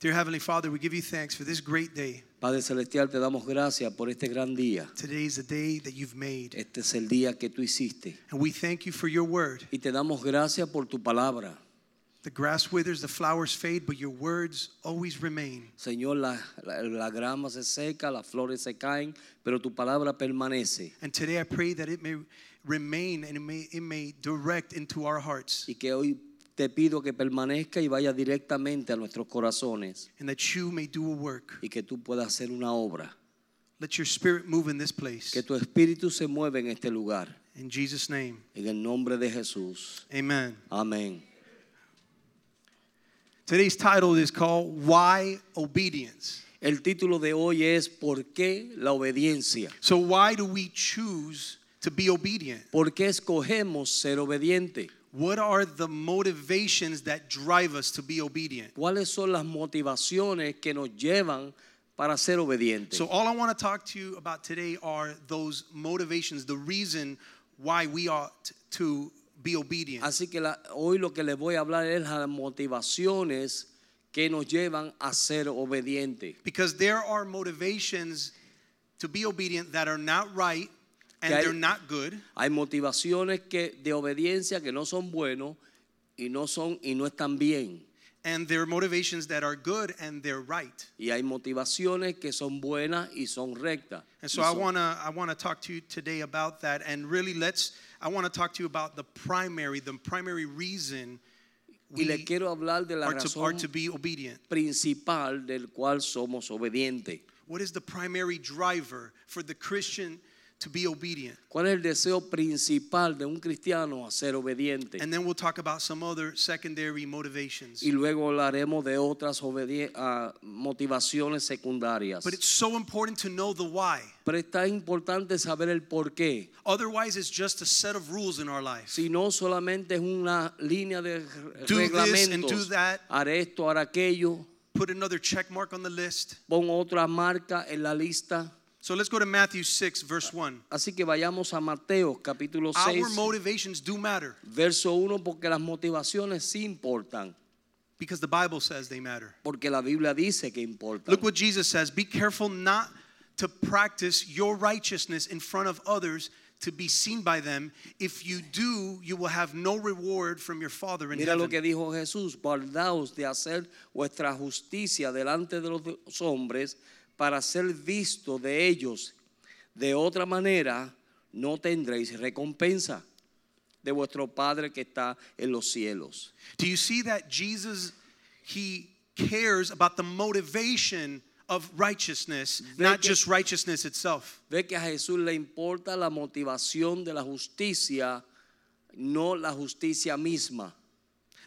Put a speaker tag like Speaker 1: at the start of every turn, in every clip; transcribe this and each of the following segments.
Speaker 1: Dear Heavenly Father, we give you thanks for this great day.
Speaker 2: Padre Celestial, te damos gracias por este gran día.
Speaker 1: Today is the day that you've made.
Speaker 2: Este es el día que tú hiciste.
Speaker 1: And we thank you for your word.
Speaker 2: Y te damos gracias por tu palabra.
Speaker 1: The grass withers, the flowers fade, but your words always remain.
Speaker 2: Señor, la, la- la grama se seca, las flores se caen, pero tu palabra permanece.
Speaker 1: And today I pray that it may remain and it may, it may direct into our hearts.
Speaker 2: Y que hoy te pido que permanezca y vaya directamente a nuestros corazones
Speaker 1: And that you may do a work.
Speaker 2: y que tú puedas hacer una obra.
Speaker 1: Let your spirit move in this place.
Speaker 2: Que tu espíritu se mueva en este lugar.
Speaker 1: In Jesus' name,
Speaker 2: En el nombre de Jesús.
Speaker 1: amen.
Speaker 2: Amén.
Speaker 1: Today's title is called Why Obedience.
Speaker 2: El título de hoy es ¿Por qué la obediencia?
Speaker 1: So, why do we choose to be obedient?
Speaker 2: ¿Por qué escogemos ser obediente?
Speaker 1: What are the motivations that drive us to be obedient?
Speaker 2: ¿Cuáles son las motivaciones que nos llevan para ser obedientes?
Speaker 1: So all I want to talk to you about today are those motivations, the reason why we ought to be obedient.
Speaker 2: Así que la- hoy lo que les voy a hablar es las motivaciones que nos llevan a ser obedientes.
Speaker 1: Because there are motivations to be obedient that are not right and
Speaker 2: Que hay-
Speaker 1: they're not good.
Speaker 2: Hay motivaciones que, de obediencia que no son buenos y no son y no están bien.
Speaker 1: And there are motivations that are good and they're right.
Speaker 2: Y hay motivaciones que son buenas y son rectas.
Speaker 1: And
Speaker 2: Y
Speaker 1: so I
Speaker 2: son-
Speaker 1: want to I want to talk to you today about that and really let's I want to talk to you about the primary the primary reason
Speaker 2: y
Speaker 1: we
Speaker 2: les quiero hablar de la
Speaker 1: are to, are
Speaker 2: razón
Speaker 1: to be obedient.
Speaker 2: principal del cual somos obedientes.
Speaker 1: What is the primary driver for the Christian to be obedient?
Speaker 2: ¿Cuál es el deseo principal de un cristiano a ser obediente?
Speaker 1: And then we'll talk about some other secondary motivations.
Speaker 2: Y luego hablaremos de otras obedi- ah, motivaciones secundarias.
Speaker 1: But it's so important to know the why.
Speaker 2: Pero es tan importante saber el por qué.
Speaker 1: Otherwise, it's just a set of rules in our life.
Speaker 2: Si no solamente es una línea de re-
Speaker 1: Do this and do
Speaker 2: reglamentos,
Speaker 1: that.
Speaker 2: haré esto, haré aquello,
Speaker 1: Put another check mark on the list.
Speaker 2: pon otra marca en la lista.
Speaker 1: So let's go to Matthew 6, verse 1.
Speaker 2: Así que vayamos a Mateo capítulo 6,
Speaker 1: Our motivations do matter
Speaker 2: verso 1, porque las motivaciones sí importan,
Speaker 1: because the Bible says they matter.
Speaker 2: porque la Biblia dice que importan.
Speaker 1: Look what Jesus says Be careful not to practice your righteousness in front of others to be seen by them. If you do, you will have no reward from your Father in
Speaker 2: Mira lo
Speaker 1: heaven.
Speaker 2: que dijo Jesús, guardaos de hacer vuestra justicia delante de los hombres para ser visto de ellos. De otra manera no tendréis recompensa de vuestro Padre que está en los cielos.
Speaker 1: Do you see that Jesus, he cares about the motivation of righteousness, not
Speaker 2: que-
Speaker 1: just righteousness itself?
Speaker 2: Ve que a Jesús le importa la motivación de la justicia, no la justicia misma.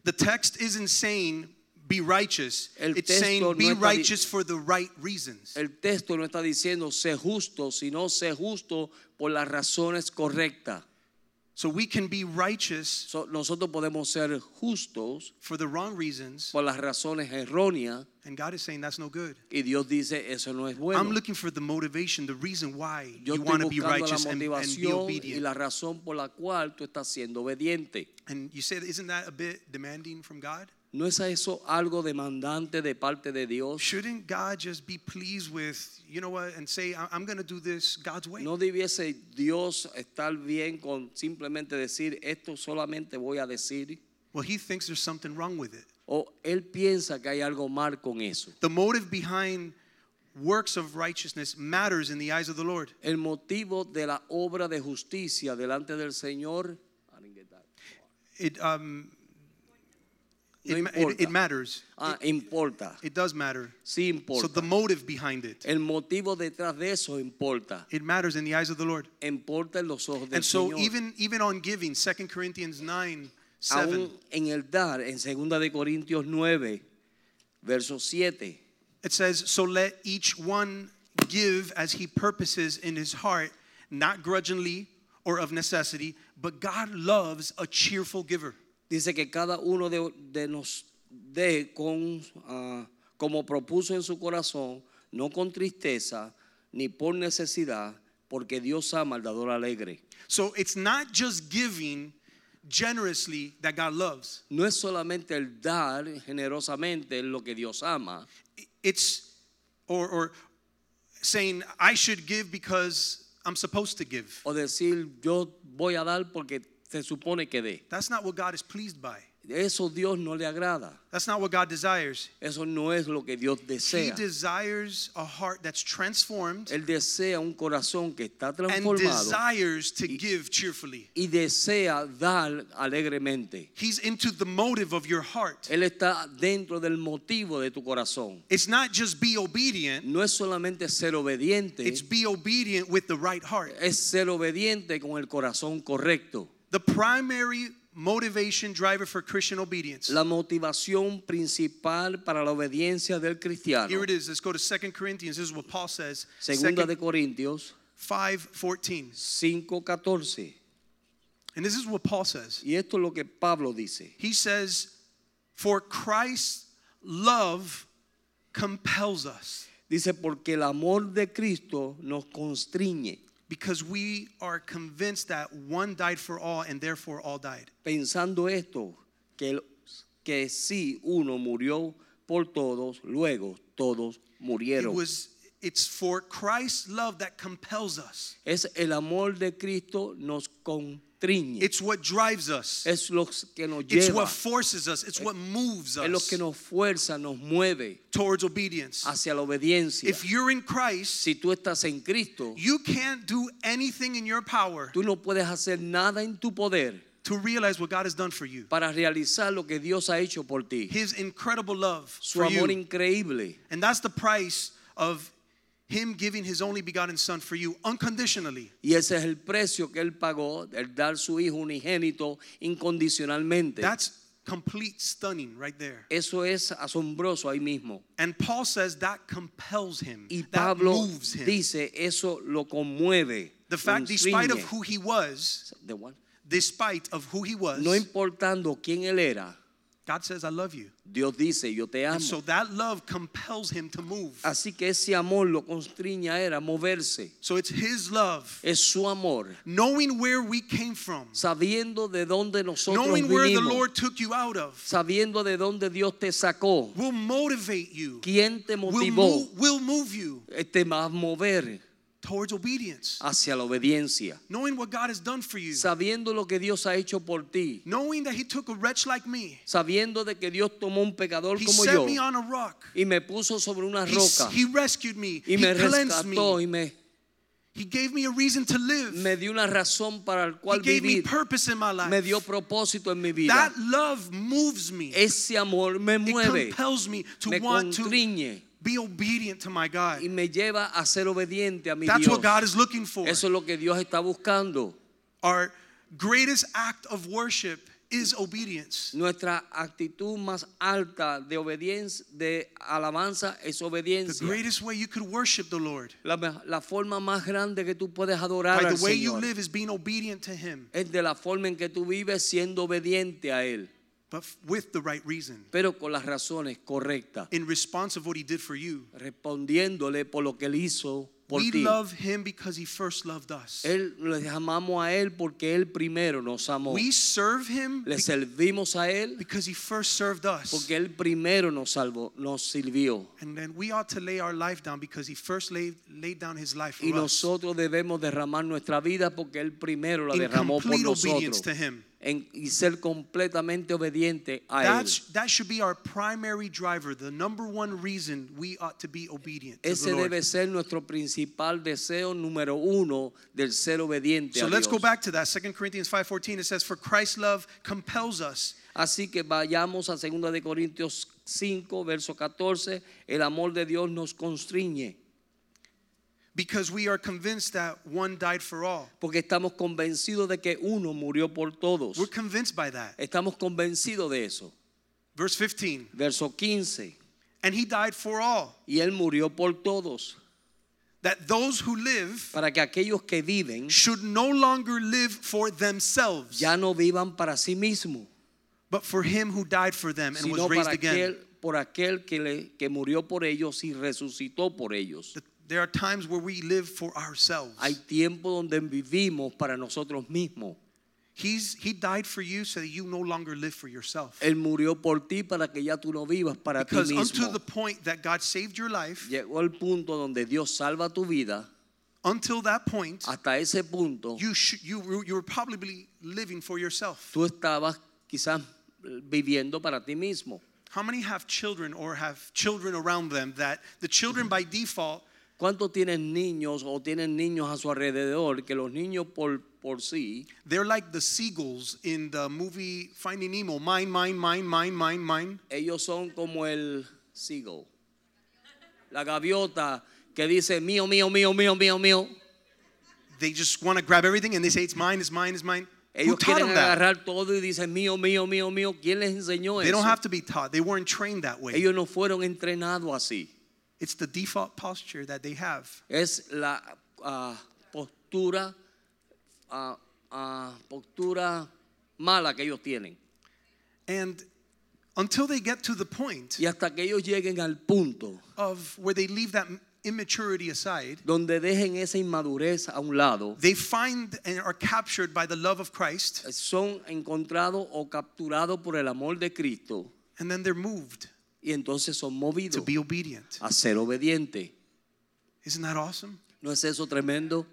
Speaker 1: The text isn't saying be righteous,
Speaker 2: El
Speaker 1: it's
Speaker 2: texto
Speaker 1: saying
Speaker 2: no
Speaker 1: be
Speaker 2: está di-
Speaker 1: righteous for the right reasons.
Speaker 2: El texto no está diciendo sé justo, sino sé justo por las razones correctas.
Speaker 1: So we can be righteous
Speaker 2: So, nosotros podemos ser justos
Speaker 1: for the wrong reasons,
Speaker 2: por las razones erróneas
Speaker 1: and God is saying that's no good.
Speaker 2: y Dios dice eso no es
Speaker 1: I'm
Speaker 2: bueno.
Speaker 1: looking for the motivation, the reason why
Speaker 2: Yo
Speaker 1: you
Speaker 2: estoy
Speaker 1: want to be
Speaker 2: buscando la
Speaker 1: righteous and, and be
Speaker 2: motivación y
Speaker 1: obedient.
Speaker 2: la razón por la cual tú estás siendo obediente.
Speaker 1: And you said, isn't that a bit demanding from God?
Speaker 2: ¿No es eso algo demandante de parte de Dios?
Speaker 1: Shouldn't God just be pleased with, you know what, and say, "I- I'm going to do this God's way?
Speaker 2: ¿No debiese Dios estar bien con simplemente decir esto solamente voy a decir?
Speaker 1: Well, he thinks there's something wrong with it.
Speaker 2: ¿O Él piensa que hay algo mal con eso?
Speaker 1: The motive behind works of righteousness matters in the eyes of the Lord.
Speaker 2: El motivo de la obra de justicia delante del Señor
Speaker 1: It, um,
Speaker 2: No
Speaker 1: it, ma- it, it
Speaker 2: importa.
Speaker 1: matters.
Speaker 2: ah, importa,
Speaker 1: It does matter.
Speaker 2: sí
Speaker 1: Eh, So
Speaker 2: importa.
Speaker 1: the motive behind it,
Speaker 2: El motivo detrás de eso importa.
Speaker 1: it matters in the eyes of the Lord.
Speaker 2: Importa en los ojos del
Speaker 1: And so
Speaker 2: Señor.
Speaker 1: even even on giving, 2 Corinthians 9, 7,
Speaker 2: Aún en el dar, en 2 de Corintios 9, verso 7,
Speaker 1: it says, So let each one give as he purposes in his heart, not grudgingly or of necessity, but God loves a cheerful giver.
Speaker 2: Dice que cada uno de, de nos dé con, ah, como propuso en su corazón, no con tristeza ni por necesidad, porque Dios ama al dador alegre.
Speaker 1: So it's not just giving generously that God loves.
Speaker 2: No es solamente el dar generosamente lo que Dios ama,
Speaker 1: It's or or saying I should give because I'm supposed to give.
Speaker 2: o decir yo voy a dar porque se supone que dé.
Speaker 1: That's not what God is pleased by.
Speaker 2: Eso Dios no le agrada.
Speaker 1: That's not what God desires.
Speaker 2: Eso no es lo que Dios
Speaker 1: He
Speaker 2: desea.
Speaker 1: desires a heart that's transformed
Speaker 2: Él desea un corazón que está
Speaker 1: and
Speaker 2: transformado
Speaker 1: desires to give cheerfully.
Speaker 2: y desea dar alegremente.
Speaker 1: He's into the motive of your heart.
Speaker 2: Él está dentro del motivo de tu corazón.
Speaker 1: It's not just be obedient,
Speaker 2: No es solamente ser obediente,
Speaker 1: it's be obedient with the right heart.
Speaker 2: es ser obediente con el corazón correcto.
Speaker 1: The primary motivation driver for Christian obedience.
Speaker 2: La motivación principal para la obediencia del cristiano.
Speaker 1: Here it is. Let's go to 2 Corinthians. This is what Paul says.
Speaker 2: Segunda de Corintios
Speaker 1: 5 14.
Speaker 2: 5:14.
Speaker 1: And this is what Paul says.
Speaker 2: Y esto es lo que Pablo dice.
Speaker 1: He says, For Christ's love compels us
Speaker 2: Dice, porque el amor de Cristo nos constriñe,
Speaker 1: because we are convinced that one died for all and therefore all died.
Speaker 2: pensando esto, que, el- que si uno murió por todos, luego todos
Speaker 1: It
Speaker 2: murieron.
Speaker 1: was, it's for Christ's love that compels us,
Speaker 2: Es el amor de Cristo nos constriñe.
Speaker 1: it's what drives us,
Speaker 2: es lo que nos
Speaker 1: it's what
Speaker 2: lleva,
Speaker 1: forces us, it's what moves
Speaker 2: es lo
Speaker 1: us
Speaker 2: que nos fuerza, nos mueve
Speaker 1: towards obedience.
Speaker 2: hacia la obediencia.
Speaker 1: If you're in Christ,
Speaker 2: Si tú estás en Cristo,
Speaker 1: you can't do anything in your power
Speaker 2: tú no puedes hacer nada en tu poder
Speaker 1: to realize what God has done for you.
Speaker 2: para realizar lo que Dios ha hecho por ti.
Speaker 1: His incredible love
Speaker 2: Su
Speaker 1: for
Speaker 2: amor
Speaker 1: you.
Speaker 2: increíble.
Speaker 1: And that's the price of him giving his only begotten son for you unconditionally.
Speaker 2: Y ese es el precio que Él pagó, el dar su Hijo unigénito incondicionalmente.
Speaker 1: That's complete stunning right there.
Speaker 2: Eso es asombroso ahí mismo.
Speaker 1: And Paul says that compels him.
Speaker 2: Y
Speaker 1: That
Speaker 2: Pablo
Speaker 1: moves him.
Speaker 2: dice, eso lo conmueve.
Speaker 1: The fact, despite of
Speaker 2: constriñe.
Speaker 1: who he was,
Speaker 2: The one.
Speaker 1: despite of who he
Speaker 2: No
Speaker 1: was,
Speaker 2: importando quién Él era,
Speaker 1: God says, I love you.
Speaker 2: Dios dice, yo te amo.
Speaker 1: And so that love compels him to move.
Speaker 2: Así que ese amor lo constriña a él a moverse.
Speaker 1: So it's his love.
Speaker 2: Es su amor,
Speaker 1: Knowing where we came from,
Speaker 2: sabiendo de dónde nosotros
Speaker 1: knowing where the
Speaker 2: vinimos,
Speaker 1: Lord took you out of,
Speaker 2: sabiendo de dónde Dios te sacó,
Speaker 1: will motivate you,
Speaker 2: quién te
Speaker 1: will
Speaker 2: motivó,
Speaker 1: move, will move you
Speaker 2: eh, te va a mover
Speaker 1: towards obedience.
Speaker 2: hacia la obediencia,
Speaker 1: knowing what God has done for you,
Speaker 2: sabiendo lo que Dios ha hecho por ti,
Speaker 1: knowing that He took a wretch like me,
Speaker 2: sabiendo de que Dios tomó un pecador
Speaker 1: He
Speaker 2: como
Speaker 1: set
Speaker 2: yo
Speaker 1: me on a rock,
Speaker 2: y me puso sobre una
Speaker 1: he,
Speaker 2: roca
Speaker 1: he rescued me,
Speaker 2: y
Speaker 1: He
Speaker 2: me
Speaker 1: cleansed
Speaker 2: rescató
Speaker 1: me,
Speaker 2: y me,
Speaker 1: He gave me a reason to live,
Speaker 2: me dio una razón para la
Speaker 1: He
Speaker 2: cual
Speaker 1: gave me
Speaker 2: vivir,
Speaker 1: purpose in my life.
Speaker 2: me dio propósito en mi vida.
Speaker 1: that love moves me,
Speaker 2: Ese amor me
Speaker 1: it
Speaker 2: mueve.
Speaker 1: compels me to
Speaker 2: me
Speaker 1: want to
Speaker 2: constriñe
Speaker 1: be obedient to my God.
Speaker 2: y me lleva a ser obediente a mi
Speaker 1: That's
Speaker 2: Dios.
Speaker 1: what God is looking for.
Speaker 2: Eso es lo que Dios está buscando.
Speaker 1: Our greatest act of worship is obedience.
Speaker 2: Nuestra actitud más alta de obediencia, de alabanza, es
Speaker 1: The
Speaker 2: obediencia.
Speaker 1: greatest way you could worship the Lord
Speaker 2: La, me- la forma más grande que tú puedes adorar
Speaker 1: by
Speaker 2: al
Speaker 1: the way you
Speaker 2: Señor
Speaker 1: live is being obedient to Him,
Speaker 2: es de la forma en que tú vives siendo obediente a Él,
Speaker 1: but f- with the right reason.
Speaker 2: pero con las razones correctas,
Speaker 1: in response of what he did for you.
Speaker 2: respondiéndole por lo que Él hizo por
Speaker 1: We
Speaker 2: ti.
Speaker 1: love him because he first loved us.
Speaker 2: Él, le amamos a Él porque Él primero nos amó.
Speaker 1: We serve him
Speaker 2: Le
Speaker 1: be-
Speaker 2: servimos a Él
Speaker 1: because he first served us.
Speaker 2: Porque Él primero nos salvó, nos sirvió.
Speaker 1: And then we ought to lay our life down because he first laid, laid down his life
Speaker 2: Y
Speaker 1: for us.
Speaker 2: nosotros debemos derramar nuestra vida porque Él primero la
Speaker 1: In
Speaker 2: derramó por
Speaker 1: complete obedience
Speaker 2: nosotros.
Speaker 1: to him.
Speaker 2: En- y ser completamente obediente a Él.
Speaker 1: That's, that should be our primary driver, the number one reason we ought to be obedient to
Speaker 2: Ese
Speaker 1: the Lord.
Speaker 2: debe ser nuestro principal deseo número uno del ser obediente
Speaker 1: So
Speaker 2: a
Speaker 1: let's go
Speaker 2: Dios.
Speaker 1: back to that. 2 Corinthians 5.14, it says, For Christ's love compels us.
Speaker 2: Así que vayamos a 2 de Corintios 5, verso 14. El amor de Dios nos constriñe
Speaker 1: Because we are convinced that one died for all.
Speaker 2: porque estamos convencidos de que uno murió por todos.
Speaker 1: We're convinced by that.
Speaker 2: Estamos convencidos de eso.
Speaker 1: Verse 15.
Speaker 2: Verso 15.
Speaker 1: And he died for all.
Speaker 2: Y él murió por todos.
Speaker 1: that those who live
Speaker 2: para que aquellos que viven
Speaker 1: should no longer live for themselves,
Speaker 2: ya no vivan para sí mismos,
Speaker 1: but for him who died for them and was
Speaker 2: sino
Speaker 1: raised
Speaker 2: para
Speaker 1: again.
Speaker 2: aquel, por aquel que, le- que murió por ellos y resucitó por ellos.
Speaker 1: That There are times where we live for ourselves.
Speaker 2: Hay tiempo donde vivimos para nosotros mismos.
Speaker 1: He's, he died for you so that you no longer live for yourself.
Speaker 2: Él murió por ti para que ya tú no vivas para ti
Speaker 1: Because unto
Speaker 2: mismo.
Speaker 1: the point that God saved your life,
Speaker 2: Llegó el punto donde Dios salva tu vida.
Speaker 1: until that point,
Speaker 2: Hasta ese punto,
Speaker 1: you, should, you, were- you were probably living for yourself.
Speaker 2: tú estabas quizás viviendo para ti mismo.
Speaker 1: How many have children or have children around them that the children by default
Speaker 2: ¿Cuántos tienen niños o tienen niños a su alrededor que los niños por, por sí
Speaker 1: They're like the seagulls in the movie Finding Nemo. Mine, mine, mine, mine, mine, mine.
Speaker 2: ellos son como el seagull, la gaviota que dice mío, mío, mío, mío, mío, mío.
Speaker 1: They just want to grab everything and they say, it's mine, it's mine, it's mine. Who
Speaker 2: Ellos
Speaker 1: taught
Speaker 2: quieren
Speaker 1: them that?
Speaker 2: agarrar todo y dicen mío, mío, mío, mío. ¿Quién les enseñó
Speaker 1: They
Speaker 2: eso?
Speaker 1: don't have to be taught. They weren't trained that way.
Speaker 2: Ellos no fueron entrenados así.
Speaker 1: It's the default posture that they have.
Speaker 2: Es la ah, postura, ah, ah, postura mala que ellos tienen.
Speaker 1: And until they get to the point
Speaker 2: Y hasta que ellos lleguen al punto
Speaker 1: of where they leave that immaturity aside,
Speaker 2: donde dejen esa inmadurez a un lado,
Speaker 1: they find and are captured by the love of Christ,
Speaker 2: son encontrados o capturados por el amor de Cristo
Speaker 1: and then they're moved
Speaker 2: y entonces son
Speaker 1: to
Speaker 2: movidos
Speaker 1: be obedient.
Speaker 2: a ser obedientes.
Speaker 1: Isn't that awesome?
Speaker 2: ¿No es eso tremendo?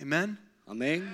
Speaker 1: Amen?
Speaker 2: Amén.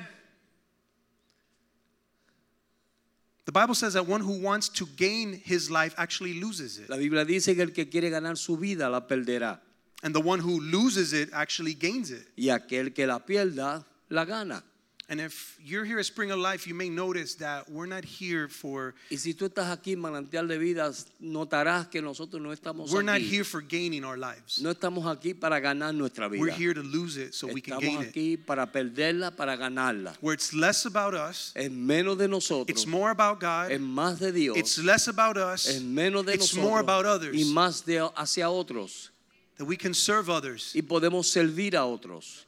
Speaker 1: The Bible says that one who wants to gain his life actually loses it.
Speaker 2: La Biblia dice que el que quiere ganar su vida la perderá
Speaker 1: And the one who loses it actually gains it.
Speaker 2: y aquel que la pierda la gana.
Speaker 1: And if you're here at Spring of Life, you may notice that we're not here for
Speaker 2: Y si tú estás aquí en Manantial de Vidas, notarás que nosotros no estamos
Speaker 1: we're not
Speaker 2: aquí.
Speaker 1: here for gaining our lives.
Speaker 2: No estamos aquí para ganar nuestra
Speaker 1: We're
Speaker 2: vida.
Speaker 1: here to lose it so we can gain
Speaker 2: Estamos
Speaker 1: it.
Speaker 2: aquí para perderla, para ganarla.
Speaker 1: Where it's less about us,
Speaker 2: Es menos de nosotros,
Speaker 1: it's more about
Speaker 2: es
Speaker 1: God.
Speaker 2: más de Dios,
Speaker 1: It's less about us.
Speaker 2: es menos de
Speaker 1: It's
Speaker 2: nosotros
Speaker 1: more about
Speaker 2: y
Speaker 1: others.
Speaker 2: más de hacia otros
Speaker 1: That we can serve others,
Speaker 2: y podemos servir a otros,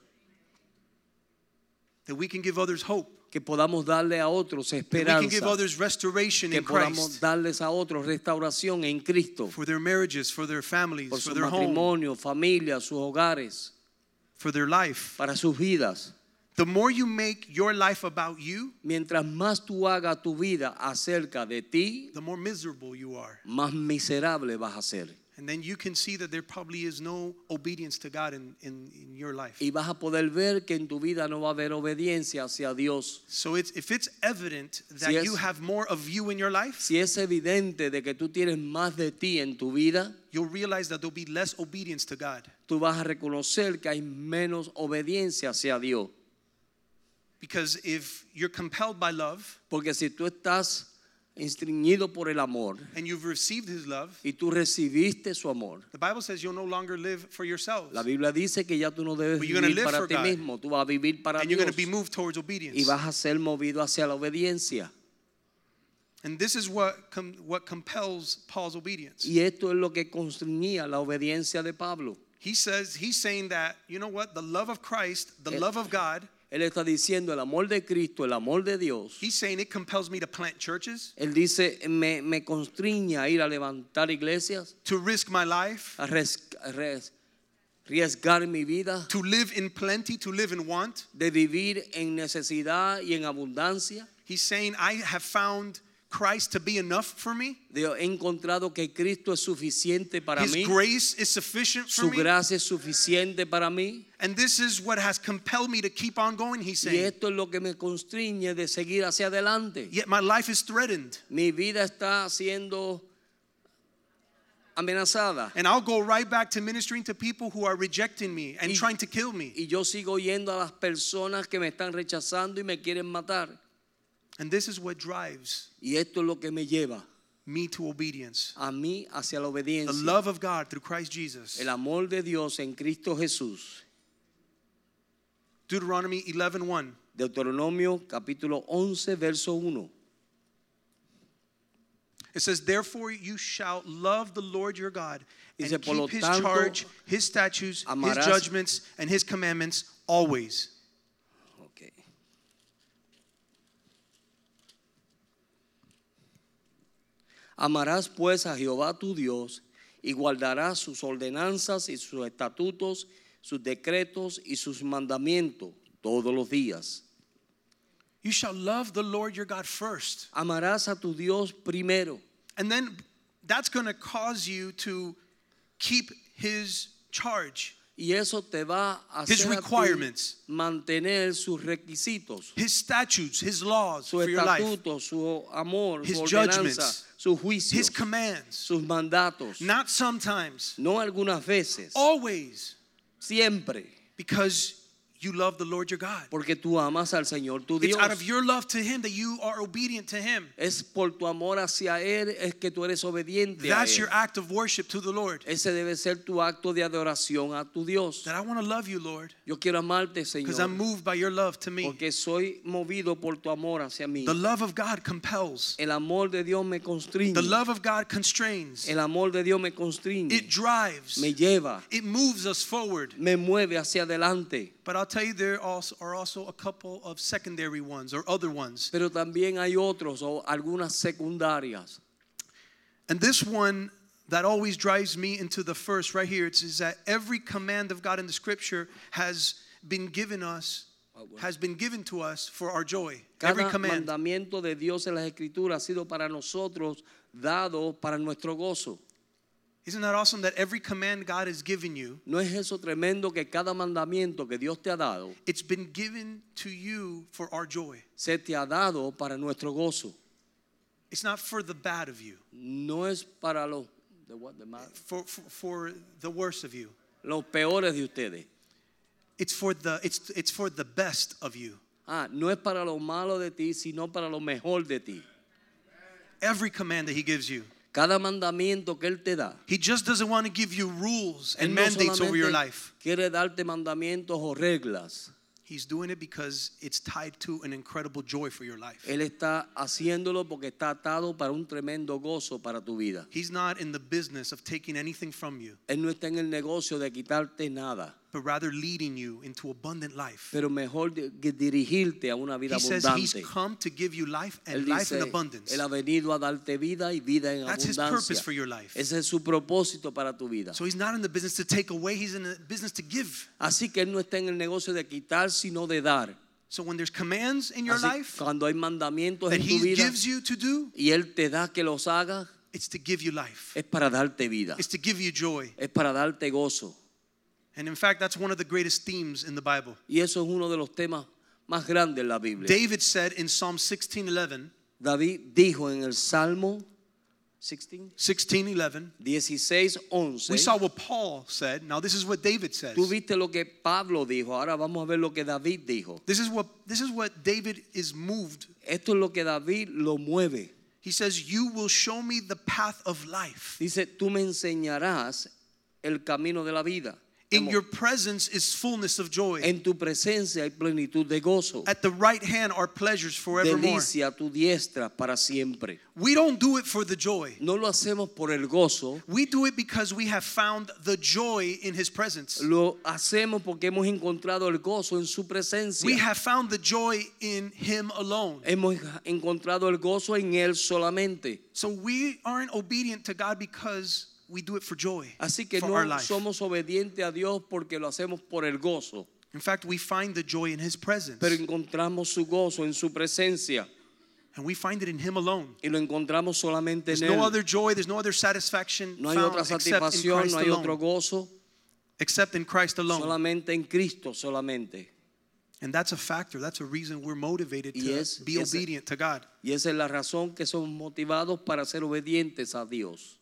Speaker 1: that we can give others hope,
Speaker 2: que podamos darle a otros
Speaker 1: that we can give
Speaker 2: esperanza,
Speaker 1: others restoration
Speaker 2: que
Speaker 1: in
Speaker 2: podamos
Speaker 1: Christ
Speaker 2: darles a otros restauración en Cristo
Speaker 1: for their marriages, for their families,
Speaker 2: por
Speaker 1: for
Speaker 2: su
Speaker 1: their home,
Speaker 2: matrimonio, familia, sus hogares,
Speaker 1: for their life.
Speaker 2: para sus vidas.
Speaker 1: The more you make your life about you,
Speaker 2: Mientras más tú hagas tu vida acerca de ti,
Speaker 1: the more miserable you are.
Speaker 2: más miserable vas a ser.
Speaker 1: And then you can see that there probably is no obedience to God in, in, in your life.
Speaker 2: Y vas a poder ver que en tu vida no va a haber obediencia hacia Dios.
Speaker 1: So it's, if it's evident that
Speaker 2: Si es-
Speaker 1: you have more of you in your life,
Speaker 2: Si es evidente de que tú tienes más de ti en tu vida,
Speaker 1: you'll realize that there'll be less obedience to God
Speaker 2: tú vas a reconocer que hay menos obediencia hacia Dios.
Speaker 1: because if you're compelled by love
Speaker 2: Porque si tú estás instringido por el amor
Speaker 1: and you've received His love,
Speaker 2: y tú recibiste su amor,
Speaker 1: the Bible says you'll no longer live for yourselves
Speaker 2: la Biblia dice que ya tú no debes
Speaker 1: But you're gonna
Speaker 2: vivir
Speaker 1: live
Speaker 2: para
Speaker 1: for
Speaker 2: ti
Speaker 1: God.
Speaker 2: mismo, tú vas a vivir para
Speaker 1: and you're going to be
Speaker 2: Dios
Speaker 1: moved towards
Speaker 2: y
Speaker 1: obedience.
Speaker 2: vas a ser movido hacia la obediencia.
Speaker 1: And this is what com- what compels Paul's obedience.
Speaker 2: Y esto es lo que constreñía la obediencia de Pablo.
Speaker 1: He says he's saying that you know what the love of Christ, the
Speaker 2: Eh.
Speaker 1: love of God.
Speaker 2: Él está diciendo el amor de Cristo, el amor de Dios.
Speaker 1: He's saying it compels me to plant churches,
Speaker 2: Él dice, me, me constriñe a ir a levantar iglesias,
Speaker 1: to risk my life,
Speaker 2: a res- a res- arriesgar mi vida,
Speaker 1: to live in plenty, to live in want.
Speaker 2: de vivir en necesidad y en abundancia.
Speaker 1: He's saying, I have found Christ to be enough for me.
Speaker 2: De- he encontrado que Cristo es suficiente para
Speaker 1: His
Speaker 2: mí,
Speaker 1: grace is sufficient for
Speaker 2: su
Speaker 1: me.
Speaker 2: gracia es suficiente para mí.
Speaker 1: And this is what has compelled me to keep on going, he's
Speaker 2: Y
Speaker 1: saying.
Speaker 2: esto es lo que me constriñe de seguir hacia adelante.
Speaker 1: Yet my life is threatened.
Speaker 2: Mi vida está siendo amenazada.
Speaker 1: And I'll go right back to ministering to people who are rejecting me and
Speaker 2: Y-
Speaker 1: trying to kill me.
Speaker 2: Y yo sigo yendo a las personas que me están rechazando y me quieren matar.
Speaker 1: And this is what drives
Speaker 2: Y esto es lo que me lleva
Speaker 1: me to obedience.
Speaker 2: a mí hacia la
Speaker 1: The
Speaker 2: obediencia.
Speaker 1: love of God through Christ Jesus.
Speaker 2: El amor de Dios en Cristo Jesús.
Speaker 1: Deuteronomy 11:1.
Speaker 2: Deuteronomio capítulo 11, verso 1.
Speaker 1: It says, therefore you shall love the Lord your God and
Speaker 2: Dice, "Por lo
Speaker 1: keep his
Speaker 2: tanto,
Speaker 1: charge, his statutes, his
Speaker 2: amarás-
Speaker 1: judgments, and his commandments always.
Speaker 2: Ok. Amarás pues a Jehová tu Dios y guardarás sus ordenanzas y sus estatutos, sus decretos y sus mandamientos todos los días.
Speaker 1: You shall love the Lord your God first.
Speaker 2: Amarás a tu Dios primero.
Speaker 1: And then that's going to cause you to keep his charge,
Speaker 2: Y eso te va a
Speaker 1: His
Speaker 2: hacer a ti
Speaker 1: requirements.
Speaker 2: mantener sus requisitos,
Speaker 1: his statutes, his laws
Speaker 2: su
Speaker 1: for your life,
Speaker 2: estatuto, su amor,
Speaker 1: His
Speaker 2: su ordenanza,
Speaker 1: judgments.
Speaker 2: su juicio,
Speaker 1: his commands.
Speaker 2: sus mandatos.
Speaker 1: Not sometimes,
Speaker 2: no algunas veces,
Speaker 1: always,
Speaker 2: siempre,
Speaker 1: because you love the Lord your God.
Speaker 2: porque tú amas al Señor tu
Speaker 1: It's
Speaker 2: Dios.
Speaker 1: out of your love to him that you are obedient to him.
Speaker 2: Es por tu amor hacia Él, es que tú eres obediente. A
Speaker 1: That's
Speaker 2: él.
Speaker 1: your act of worship to the Lord.
Speaker 2: Ese debe ser tu acto de adoración a tu Dios.
Speaker 1: That I want to love you, Lord,
Speaker 2: Yo quiero amarte,
Speaker 1: because I'm
Speaker 2: Señor,
Speaker 1: moved by your love to me.
Speaker 2: porque soy movido por tu amor hacia mí.
Speaker 1: The love of God compels.
Speaker 2: El amor de Dios me constriñe.
Speaker 1: The love of God constrains.
Speaker 2: El amor de Dios me constriñe.
Speaker 1: It drives.
Speaker 2: me lleva,
Speaker 1: It moves us forward.
Speaker 2: me mueve hacia adelante.
Speaker 1: But I'll tell you, there also are also a couple of secondary ones or other ones.
Speaker 2: Pero también hay otros o algunas secundarias.
Speaker 1: And this one that always drives me into the first right here it's, is that every command of God in the scripture has been given us, has been given to us for our joy. Every
Speaker 2: Cada
Speaker 1: command.
Speaker 2: mandamiento de Dios en las Escrituras ha sido para nosotros dado para nuestro gozo.
Speaker 1: Isn't that awesome that every command God has given you,
Speaker 2: ¿No es eso tremendo que cada mandamiento que Dios te ha dado
Speaker 1: it's been given to you for our joy?
Speaker 2: se te ha dado para nuestro gozo?
Speaker 1: It's not for the bad of you,
Speaker 2: No es para los, de what, de mal-
Speaker 1: for, for, for the worst of you.
Speaker 2: los peores de ustedes.
Speaker 1: It's for the, it's, it's for the best of you.
Speaker 2: Ah, no es para lo malo de ti, sino para lo mejor de ti.
Speaker 1: Every command that he gives you.
Speaker 2: Cada mandamiento que Él te da
Speaker 1: He just doesn't want to give you rules and
Speaker 2: Él no
Speaker 1: mandates over your
Speaker 2: solamente
Speaker 1: life.
Speaker 2: Quiere darte mandamientos o reglas.
Speaker 1: He's doing it because it's tied to an incredible joy for your life.
Speaker 2: Él está haciéndolo porque está atado para un tremendo gozo para tu vida.
Speaker 1: He's not in the business of taking anything from you,
Speaker 2: Él no está en el negocio de quitarte nada,
Speaker 1: but rather leading you into abundant life.
Speaker 2: pero mejor de- que dirigirte a una vida
Speaker 1: He says he's
Speaker 2: abundante.
Speaker 1: come to give you life
Speaker 2: Él
Speaker 1: and life in
Speaker 2: dice,
Speaker 1: abundance.
Speaker 2: Él ha venido a darte vida y vida en
Speaker 1: That's his
Speaker 2: abundancia.
Speaker 1: purpose for your life.
Speaker 2: Ese es su propósito para tu vida.
Speaker 1: So he's not in the business to take away, he's in the business to give.
Speaker 2: Así que Él no está en el negocio de quitar, sino de dar.
Speaker 1: So when there's commands in your
Speaker 2: Así,
Speaker 1: life
Speaker 2: cuando hay mandamientos
Speaker 1: that
Speaker 2: en tu
Speaker 1: he
Speaker 2: vida
Speaker 1: gives you to do,
Speaker 2: y Él te da que los hagas,
Speaker 1: it's to give you life.
Speaker 2: es para darte vida.
Speaker 1: It's to give you joy.
Speaker 2: es para darte gozo.
Speaker 1: And in fact, that's one of the greatest themes in the Bible.
Speaker 2: Y eso es uno de los temas más grandes en la Biblia.
Speaker 1: David said in Psalm 16:11,
Speaker 2: David dijo en el Salmo 16,
Speaker 1: 16:11,
Speaker 2: 16, 11.
Speaker 1: we saw what Paul said. Now this is what David says.
Speaker 2: Tú viste lo que Pablo dijo, ahora vamos a ver lo que David dijo.
Speaker 1: This is what this is what David is moved.
Speaker 2: Esto es lo que David lo mueve.
Speaker 1: He says, "You will show me the path of life.
Speaker 2: Dice, tú me enseñarás el camino de la vida.
Speaker 1: In
Speaker 2: Amor.
Speaker 1: your presence is fullness of joy.
Speaker 2: en tu presencia hay plenitud de gozo.
Speaker 1: At the right hand are pleasures forevermore."
Speaker 2: Delicia a tu diestra para siempre.
Speaker 1: We don't do it for the joy.
Speaker 2: No lo hacemos por el gozo,
Speaker 1: We do it because we have found the joy in his presence.
Speaker 2: Lo hacemos porque hemos encontrado el gozo en su
Speaker 1: We
Speaker 2: presencia.
Speaker 1: have found the joy in him alone.
Speaker 2: Hemos encontrado el gozo en Él solamente.
Speaker 1: So we aren't obedient to God because we do it for joy.
Speaker 2: Así que
Speaker 1: for our
Speaker 2: no
Speaker 1: life.
Speaker 2: somos obedientes a Dios porque lo hacemos por el gozo,
Speaker 1: In fact, we find the joy in His presence.
Speaker 2: pero encontramos su gozo en su presencia
Speaker 1: and we find it in Him alone.
Speaker 2: y lo encontramos solamente
Speaker 1: There's
Speaker 2: en
Speaker 1: no other
Speaker 2: Él.
Speaker 1: joy, there's no other satisfaction
Speaker 2: No hay
Speaker 1: found
Speaker 2: otra
Speaker 1: except in
Speaker 2: satisfacción,
Speaker 1: Christ
Speaker 2: no hay
Speaker 1: alone.
Speaker 2: otro gozo,
Speaker 1: except in Christ alone.
Speaker 2: solamente en Cristo solamente.
Speaker 1: And that's a factor, that's a reason we're motivated to
Speaker 2: Y es-
Speaker 1: be
Speaker 2: y es-
Speaker 1: obedient to God.
Speaker 2: Y esa es la razón que somos motivados para ser obedientes a Dios.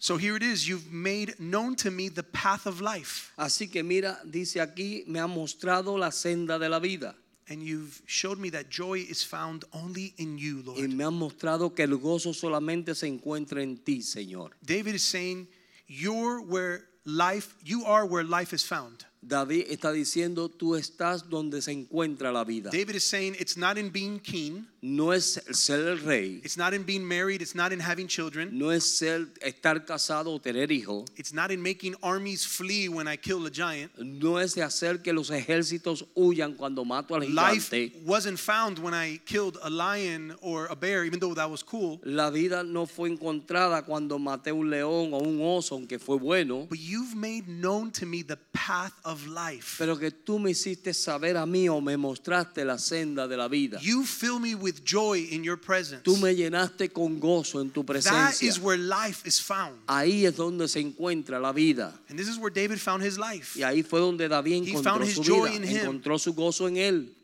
Speaker 1: So here it is, you've made known to me the path of life,
Speaker 2: Así que mira, dice aquí, me ha mostrado la senda de la vida.
Speaker 1: and you've showed me that joy is found only in you, Lord.
Speaker 2: Y me han mostrado que el gozo solamente se encuentra en ti, Señor.
Speaker 1: David is saying, you're where life, you are where life is found.
Speaker 2: David está diciendo, tú estás donde se encuentra la vida.
Speaker 1: David is saying it's not in being king,
Speaker 2: No es el ser el rey,
Speaker 1: it's not in being married, it's not in having children,
Speaker 2: no es ser estar casado o tener hijos,
Speaker 1: it's not in making armies flee when I kill a giant.
Speaker 2: no es de hacer que los ejércitos huyan cuando mato al
Speaker 1: Life
Speaker 2: gigante.
Speaker 1: wasn't found when I killed a lion or a bear, even though that was cool.
Speaker 2: La vida no fue encontrada cuando maté un león o un oso, aunque fue bueno,
Speaker 1: But you've made known to me the path of life.
Speaker 2: pero que tú me hiciste saber a mí o me mostraste la senda de la vida.
Speaker 1: You fill me with joy in your presence.
Speaker 2: Tú me llenaste con gozo en tu
Speaker 1: That is
Speaker 2: presencia. Ah.
Speaker 1: where life is found.
Speaker 2: Ahí es donde se encuentra la vida.
Speaker 1: And this is where David found his life.
Speaker 2: Y ahí fue donde David
Speaker 1: He
Speaker 2: encontró
Speaker 1: found his
Speaker 2: su
Speaker 1: joy
Speaker 2: vida,
Speaker 1: in him.
Speaker 2: encontró su gozo en él.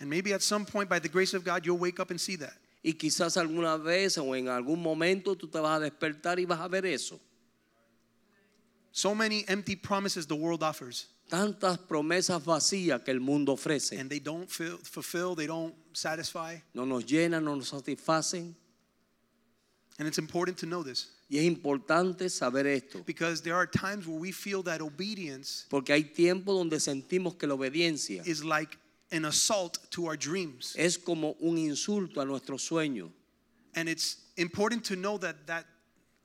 Speaker 1: And maybe at some point, by the grace of God, you'll wake up and see that.
Speaker 2: Y quizás alguna vez o en algún momento tú te vas a despertar y vas a ver eso.
Speaker 1: So many empty promises the world offers,
Speaker 2: Tantas promesas vacías que el mundo ofrece.
Speaker 1: and they don't fill, fulfill, they don't satisfy.
Speaker 2: No nos llenan, no nos satisfacen.
Speaker 1: And it's important to know this
Speaker 2: Y es importante saber esto.
Speaker 1: because there are times where we feel that obedience
Speaker 2: Porque hay tiempos donde sentimos que la obediencia
Speaker 1: is like an assault to our dreams.
Speaker 2: es como un insulto a nuestro sueño.
Speaker 1: And it's important to know that that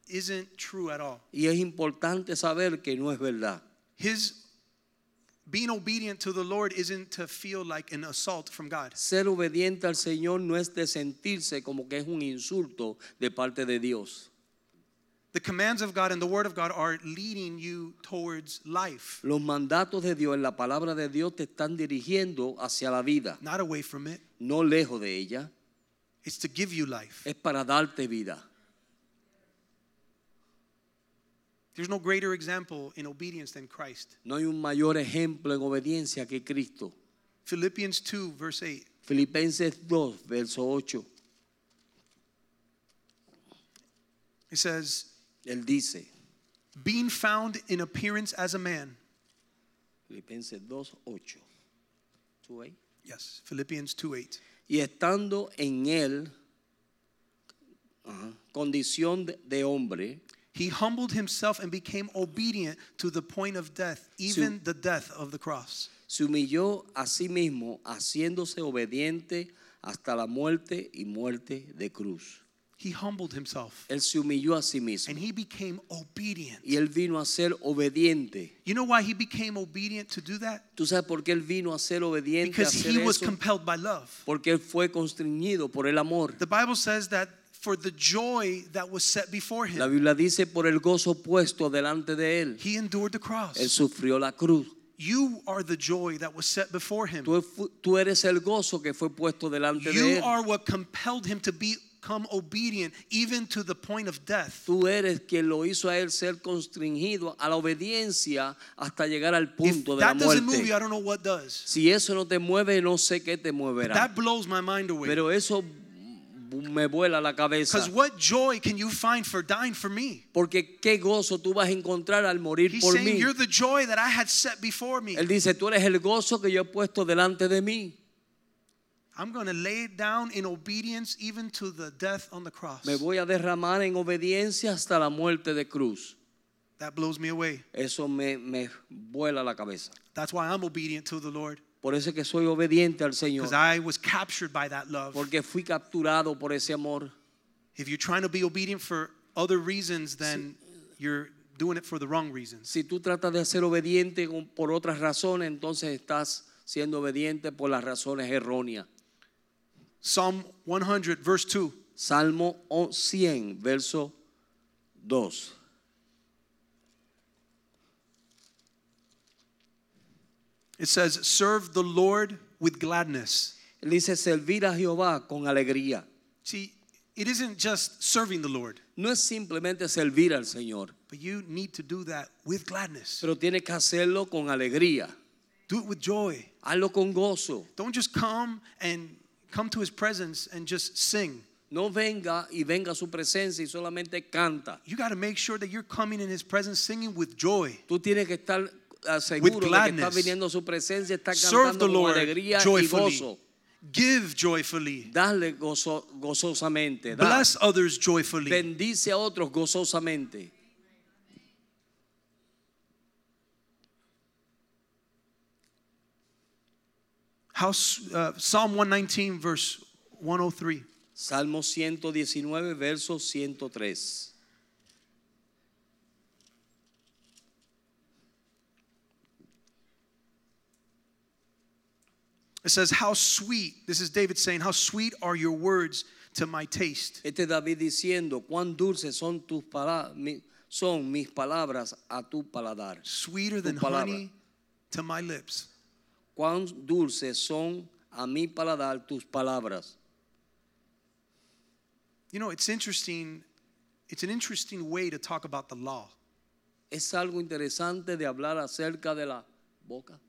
Speaker 1: isn't true at all.
Speaker 2: Y es importante saber que no es verdad.
Speaker 1: His being obedient to the Lord isn't to feel like an assault from God.
Speaker 2: Ser obediente al Señor no es de sentirse como que es un insulto de parte de Dios.
Speaker 1: The commands of God and the word of God are leading you towards life,
Speaker 2: Los mandatos de Dios en la palabra de Dios te están dirigiendo hacia la vida,
Speaker 1: not away from it.
Speaker 2: no lejos de ella.
Speaker 1: It's to give you life.
Speaker 2: Es para darte vida.
Speaker 1: There's no greater example in obedience than Christ.
Speaker 2: No hay un mayor ejemplo en obediencia que Cristo.
Speaker 1: Philippians 2, verse 8.
Speaker 2: Filipenses 2, verso 8,
Speaker 1: It says,
Speaker 2: él dice,
Speaker 1: Being found in appearance as a man.
Speaker 2: Filipenses 2, 8. ¿Tú ahí?
Speaker 1: Yes, Philippians 2, 8.
Speaker 2: y estando en él ajá, condición de- de hombre,
Speaker 1: He humbled himself and became obedient to the point of death, even the death of the cross.
Speaker 2: se humilló a sí mismo, haciéndose obediente hasta la muerte y muerte de cruz.
Speaker 1: He humbled himself
Speaker 2: Él se humilló a sí mismo
Speaker 1: and he became obedient.
Speaker 2: y él vino a ser obediente.
Speaker 1: You know why he became obedient to do that?
Speaker 2: ¿Tú sabes por qué él vino a ser obediente? A
Speaker 1: Because he
Speaker 2: hacer
Speaker 1: was
Speaker 2: eso?
Speaker 1: compelled by love.
Speaker 2: Porque él fue constreñido por el amor.
Speaker 1: The Bible says that for the joy that was set before
Speaker 2: La
Speaker 1: him,
Speaker 2: Biblia dice por el gozo puesto delante de él.
Speaker 1: he endured the
Speaker 2: Él
Speaker 1: cross.
Speaker 2: sufrió la cruz.
Speaker 1: You are the joy that was set before him.
Speaker 2: Tú, fu- tú eres el gozo que fue puesto delante de
Speaker 1: You
Speaker 2: él.
Speaker 1: are what compelled him to become obedient, even to the point of death.
Speaker 2: Tú eres quien lo hizo a él ser constringido a la obediencia hasta llegar al
Speaker 1: If
Speaker 2: punto de la
Speaker 1: that doesn't move you,
Speaker 2: muerte.
Speaker 1: I don't know what does.
Speaker 2: Si eso no te mueve, no sé qué te moverá.
Speaker 1: That blows my mind away.
Speaker 2: Pero eso me vuela la cabeza.
Speaker 1: Because what joy can you find for dying for me?
Speaker 2: Porque qué gozo tú vas a encontrar al morir
Speaker 1: He's
Speaker 2: por
Speaker 1: saying,
Speaker 2: mí.
Speaker 1: You're the joy that I had set before me.
Speaker 2: Él dice, tú eres el gozo que yo he puesto delante de mí.
Speaker 1: I'm going to lay it down in obedience even to the death on the cross.
Speaker 2: Me voy a derramar en obediencia hasta la muerte de cruz.
Speaker 1: That blows me away.
Speaker 2: Eso me, me vuela la cabeza.
Speaker 1: That's why I'm obedient to the Lord
Speaker 2: Por eso es que soy obediente al Señor.
Speaker 1: because I was captured by that love.
Speaker 2: Porque fui capturado por ese amor.
Speaker 1: If you're trying to be obedient for other reasons, then you're doing it for the wrong reasons.
Speaker 2: Si tú tratas de ser obediente con- por otras razones, entonces estás siendo obediente por las razones erróneas.
Speaker 1: Psalm 100, verse 2.
Speaker 2: Salmo o- 100, verso 2.
Speaker 1: It says, Serve the Lord with gladness.
Speaker 2: Él dice, servir a Jehová con alegría.
Speaker 1: See, it isn't just serving the Lord,
Speaker 2: No es simplemente servir al Señor,
Speaker 1: but you need to do that with gladness.
Speaker 2: pero tienes que hacerlo con alegría.
Speaker 1: Do it with joy.
Speaker 2: Hazlo con gozo.
Speaker 1: Don't just come and come to his presence and just sing.
Speaker 2: No venga y venga a su presencia y solamente canta.
Speaker 1: You got to make sure that you're coming in his presence singing with joy.
Speaker 2: Tú tienes que estar ah, seguro de que
Speaker 1: gladness.
Speaker 2: estás viniendo a su presencia, estás
Speaker 1: Serve the
Speaker 2: cantando con
Speaker 1: Lord
Speaker 2: alegría y
Speaker 1: joyfully.
Speaker 2: gozo.
Speaker 1: Give joyfully.
Speaker 2: Dale gozo- gozosamente. da.
Speaker 1: Bless others joyfully.
Speaker 2: Bendice a otros gozosamente.
Speaker 1: How, s- uh, Psalm 119, verse 103.
Speaker 2: Salmo 119, verso 103.
Speaker 1: It says, How sweet, this is David saying, How sweet are your words to my taste.
Speaker 2: Este es David diciendo, cuán dulces son tus pala- mi- son mis palabras a tu paladar.
Speaker 1: Sweeter
Speaker 2: Tu
Speaker 1: than
Speaker 2: palabra.
Speaker 1: honey to my lips.
Speaker 2: Cuán dulces son a mi paladar tus palabras.
Speaker 1: You know, it's interesting. It's an interesting way to talk about the law,
Speaker 2: Es algo interesante de hablar acerca de la boca,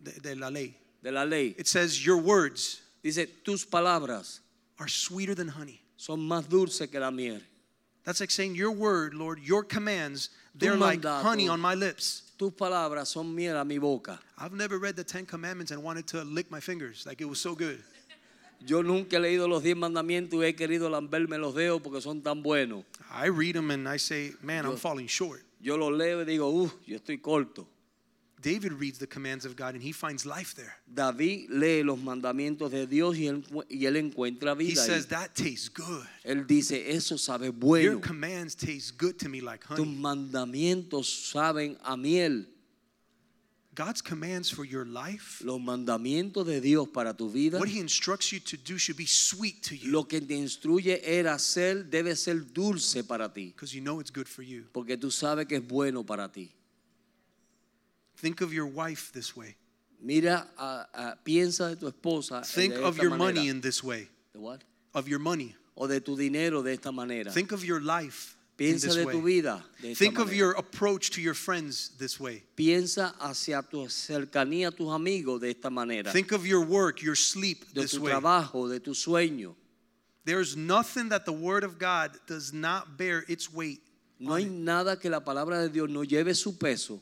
Speaker 1: de, de la ley.
Speaker 2: de la ley.
Speaker 1: It says, Your words
Speaker 2: Dice, tus palabras
Speaker 1: are sweeter than honey.
Speaker 2: son más dulces que la miel.
Speaker 1: That's like saying, Your word, Lord, your commands,
Speaker 2: Tu
Speaker 1: they're like
Speaker 2: mandato.
Speaker 1: honey on my lips.
Speaker 2: Tus palabras son miel a mi boca.
Speaker 1: I've never read the Ten Commandments and wanted to lick my fingers. Like it was so good.
Speaker 2: Yo nunca he leído los diez mandamientos y he querido lamberme los dedos porque son tan buenos.
Speaker 1: I read them and I say, Man, I'm falling short.
Speaker 2: Yo los leo y digo, uff, yo estoy corto.
Speaker 1: David reads the commands of God and he finds life there.
Speaker 2: David lee los mandamientos de Dios y él, encu- y él encuentra
Speaker 1: He
Speaker 2: vida. ahí.
Speaker 1: says, That tastes good.
Speaker 2: él dice, eso sabe
Speaker 1: Your
Speaker 2: bueno.
Speaker 1: commands taste good to me like
Speaker 2: Tus
Speaker 1: honey.
Speaker 2: mandamientos saben a miel.
Speaker 1: God's commands for your life,
Speaker 2: Los mandamientos de Dios para tu vida.
Speaker 1: what he instructs you to do should be sweet to you
Speaker 2: Lo que te instruye era hacer debe ser dulce para ti.
Speaker 1: because you know it's good for you.
Speaker 2: Porque tú sabes que es bueno para ti.
Speaker 1: Think of your wife this way.
Speaker 2: Mira, a- a- piensa de tu esposa.
Speaker 1: Think
Speaker 2: Ah, de
Speaker 1: of
Speaker 2: esta
Speaker 1: your
Speaker 2: manera.
Speaker 1: money in this way,
Speaker 2: ¿De what?
Speaker 1: of your money.
Speaker 2: O de tu dinero de esta manera.
Speaker 1: Think of your life in
Speaker 2: Piensa
Speaker 1: this
Speaker 2: de tu
Speaker 1: way.
Speaker 2: vida. De esta
Speaker 1: Think of
Speaker 2: manera.
Speaker 1: your approach to your friends this way.
Speaker 2: Piensa hacia tu cercanía a tus amigos de esta manera.
Speaker 1: Think of your work, your sleep
Speaker 2: de
Speaker 1: this
Speaker 2: tu
Speaker 1: way.
Speaker 2: trabajo, de tu sueño.
Speaker 1: There's nothing that the word of God does not bear its weight.
Speaker 2: No hay nada que la palabra de Dios no lleve su peso.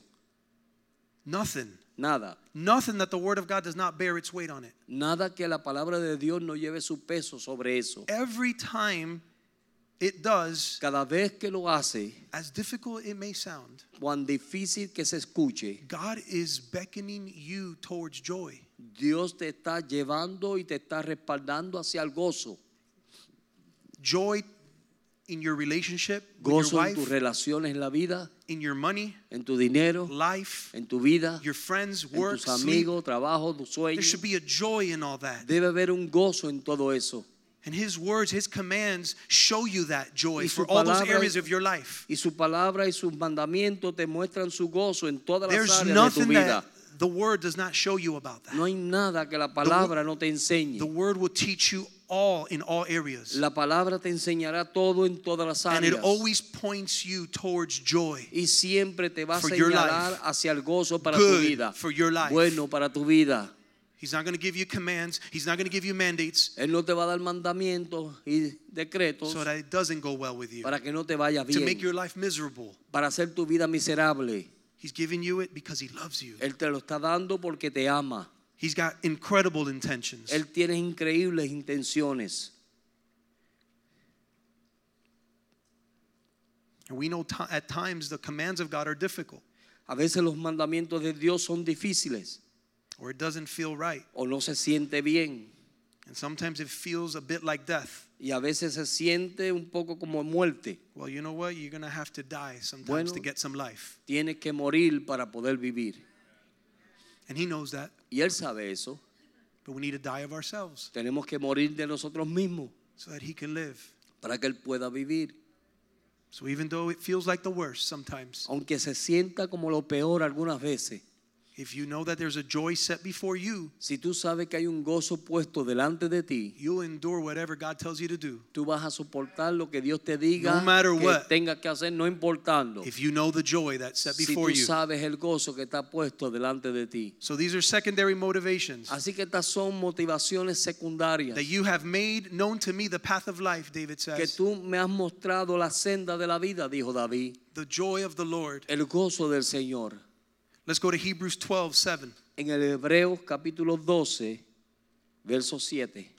Speaker 1: Nothing.
Speaker 2: Nada.
Speaker 1: Nothing that the word of God does not bear its weight on it.
Speaker 2: Nada que la palabra de Dios no lleve su peso sobre eso.
Speaker 1: Every time it does,
Speaker 2: Cada vez que lo hace,
Speaker 1: as difficult it may sound,
Speaker 2: cuán difícil que se escuche,
Speaker 1: God is beckoning you towards joy.
Speaker 2: Dios te está llevando y te está respaldando hacia el gozo.
Speaker 1: Joy in your relationship with your
Speaker 2: Gozo en tus
Speaker 1: wife,
Speaker 2: relaciones en la vida,
Speaker 1: in your money,
Speaker 2: en tu dinero,
Speaker 1: life,
Speaker 2: en tu vida,
Speaker 1: your friends,
Speaker 2: en
Speaker 1: work,
Speaker 2: tus
Speaker 1: sleep.
Speaker 2: amigos, trabajo, tu
Speaker 1: There
Speaker 2: sueño.
Speaker 1: should be a joy in all that.
Speaker 2: Debe haber un gozo en todo eso.
Speaker 1: And his words, his commands show you that joy
Speaker 2: Y su
Speaker 1: for all those
Speaker 2: palabra-
Speaker 1: areas of your life.
Speaker 2: Y su palabra y sus mandamientos te muestran su gozo en todas las
Speaker 1: There's
Speaker 2: áreas de tu
Speaker 1: nothing that
Speaker 2: vida.
Speaker 1: the word does not show you about that.
Speaker 2: No hay nada que la palabra no te enseñe.
Speaker 1: The word will teach you all in all areas.
Speaker 2: La palabra te enseñará todo en todas las
Speaker 1: And it
Speaker 2: áreas.
Speaker 1: always points you towards joy.
Speaker 2: Y siempre te va a
Speaker 1: for your
Speaker 2: señalar
Speaker 1: life.
Speaker 2: hacia el gozo para tu
Speaker 1: Good
Speaker 2: vida.
Speaker 1: for your life.
Speaker 2: Bueno para tu vida.
Speaker 1: He's not going to give you commands, he's not going to give you mandates
Speaker 2: Él no te va a dar mandamientos y decretos
Speaker 1: so that it doesn't go well with you.
Speaker 2: para que no te vaya
Speaker 1: To make
Speaker 2: bien,
Speaker 1: your life miserable.
Speaker 2: para hacer tu vida miserable.
Speaker 1: He's giving you it because he loves you.
Speaker 2: Él te lo está dando porque te ama.
Speaker 1: He's got incredible intentions.
Speaker 2: Él tiene increíbles intenciones.
Speaker 1: And we know ti- at times the commands of God are difficult
Speaker 2: A veces los mandamientos de Dios son difíciles
Speaker 1: or it doesn't feel right.
Speaker 2: o no se siente bien
Speaker 1: And sometimes it feels a bit like death.
Speaker 2: y a veces se siente un poco como muerte.
Speaker 1: Well, you know what? You're going to have to die sometimes
Speaker 2: Bueno.
Speaker 1: to get some life.
Speaker 2: Tienes que morir para poder vivir.
Speaker 1: And he knows that.
Speaker 2: Y Él sabe eso.
Speaker 1: But we need to die of ourselves
Speaker 2: Tenemos que morir de nosotros mismos
Speaker 1: so that he can live.
Speaker 2: para que Él pueda vivir.
Speaker 1: So even though it feels like the worst sometimes,
Speaker 2: Aunque se sienta como lo peor algunas veces.
Speaker 1: if you know that there's a joy set before you,
Speaker 2: Si tú sabes que hay un gozo puesto delante de ti,
Speaker 1: you'll endure whatever God tells you to do.
Speaker 2: tú vas a soportar lo que Dios te diga,
Speaker 1: No matter
Speaker 2: que
Speaker 1: what.
Speaker 2: tenga que hacer, no importando.
Speaker 1: If you know the joy that's set
Speaker 2: Oh. Si
Speaker 1: before
Speaker 2: tú
Speaker 1: you.
Speaker 2: sabes el gozo que está puesto delante de ti.
Speaker 1: So these are secondary motivations
Speaker 2: Así que estas son motivaciones secundarias.
Speaker 1: that you have made known to me the path of life, David
Speaker 2: Que
Speaker 1: says.
Speaker 2: tú me has mostrado la senda de la vida, dijo David.
Speaker 1: The joy of the Lord.
Speaker 2: El gozo del Señor.
Speaker 1: Let's go to Hebrews 12, 7.
Speaker 2: En el Hebreos capítulo 12, verso 7.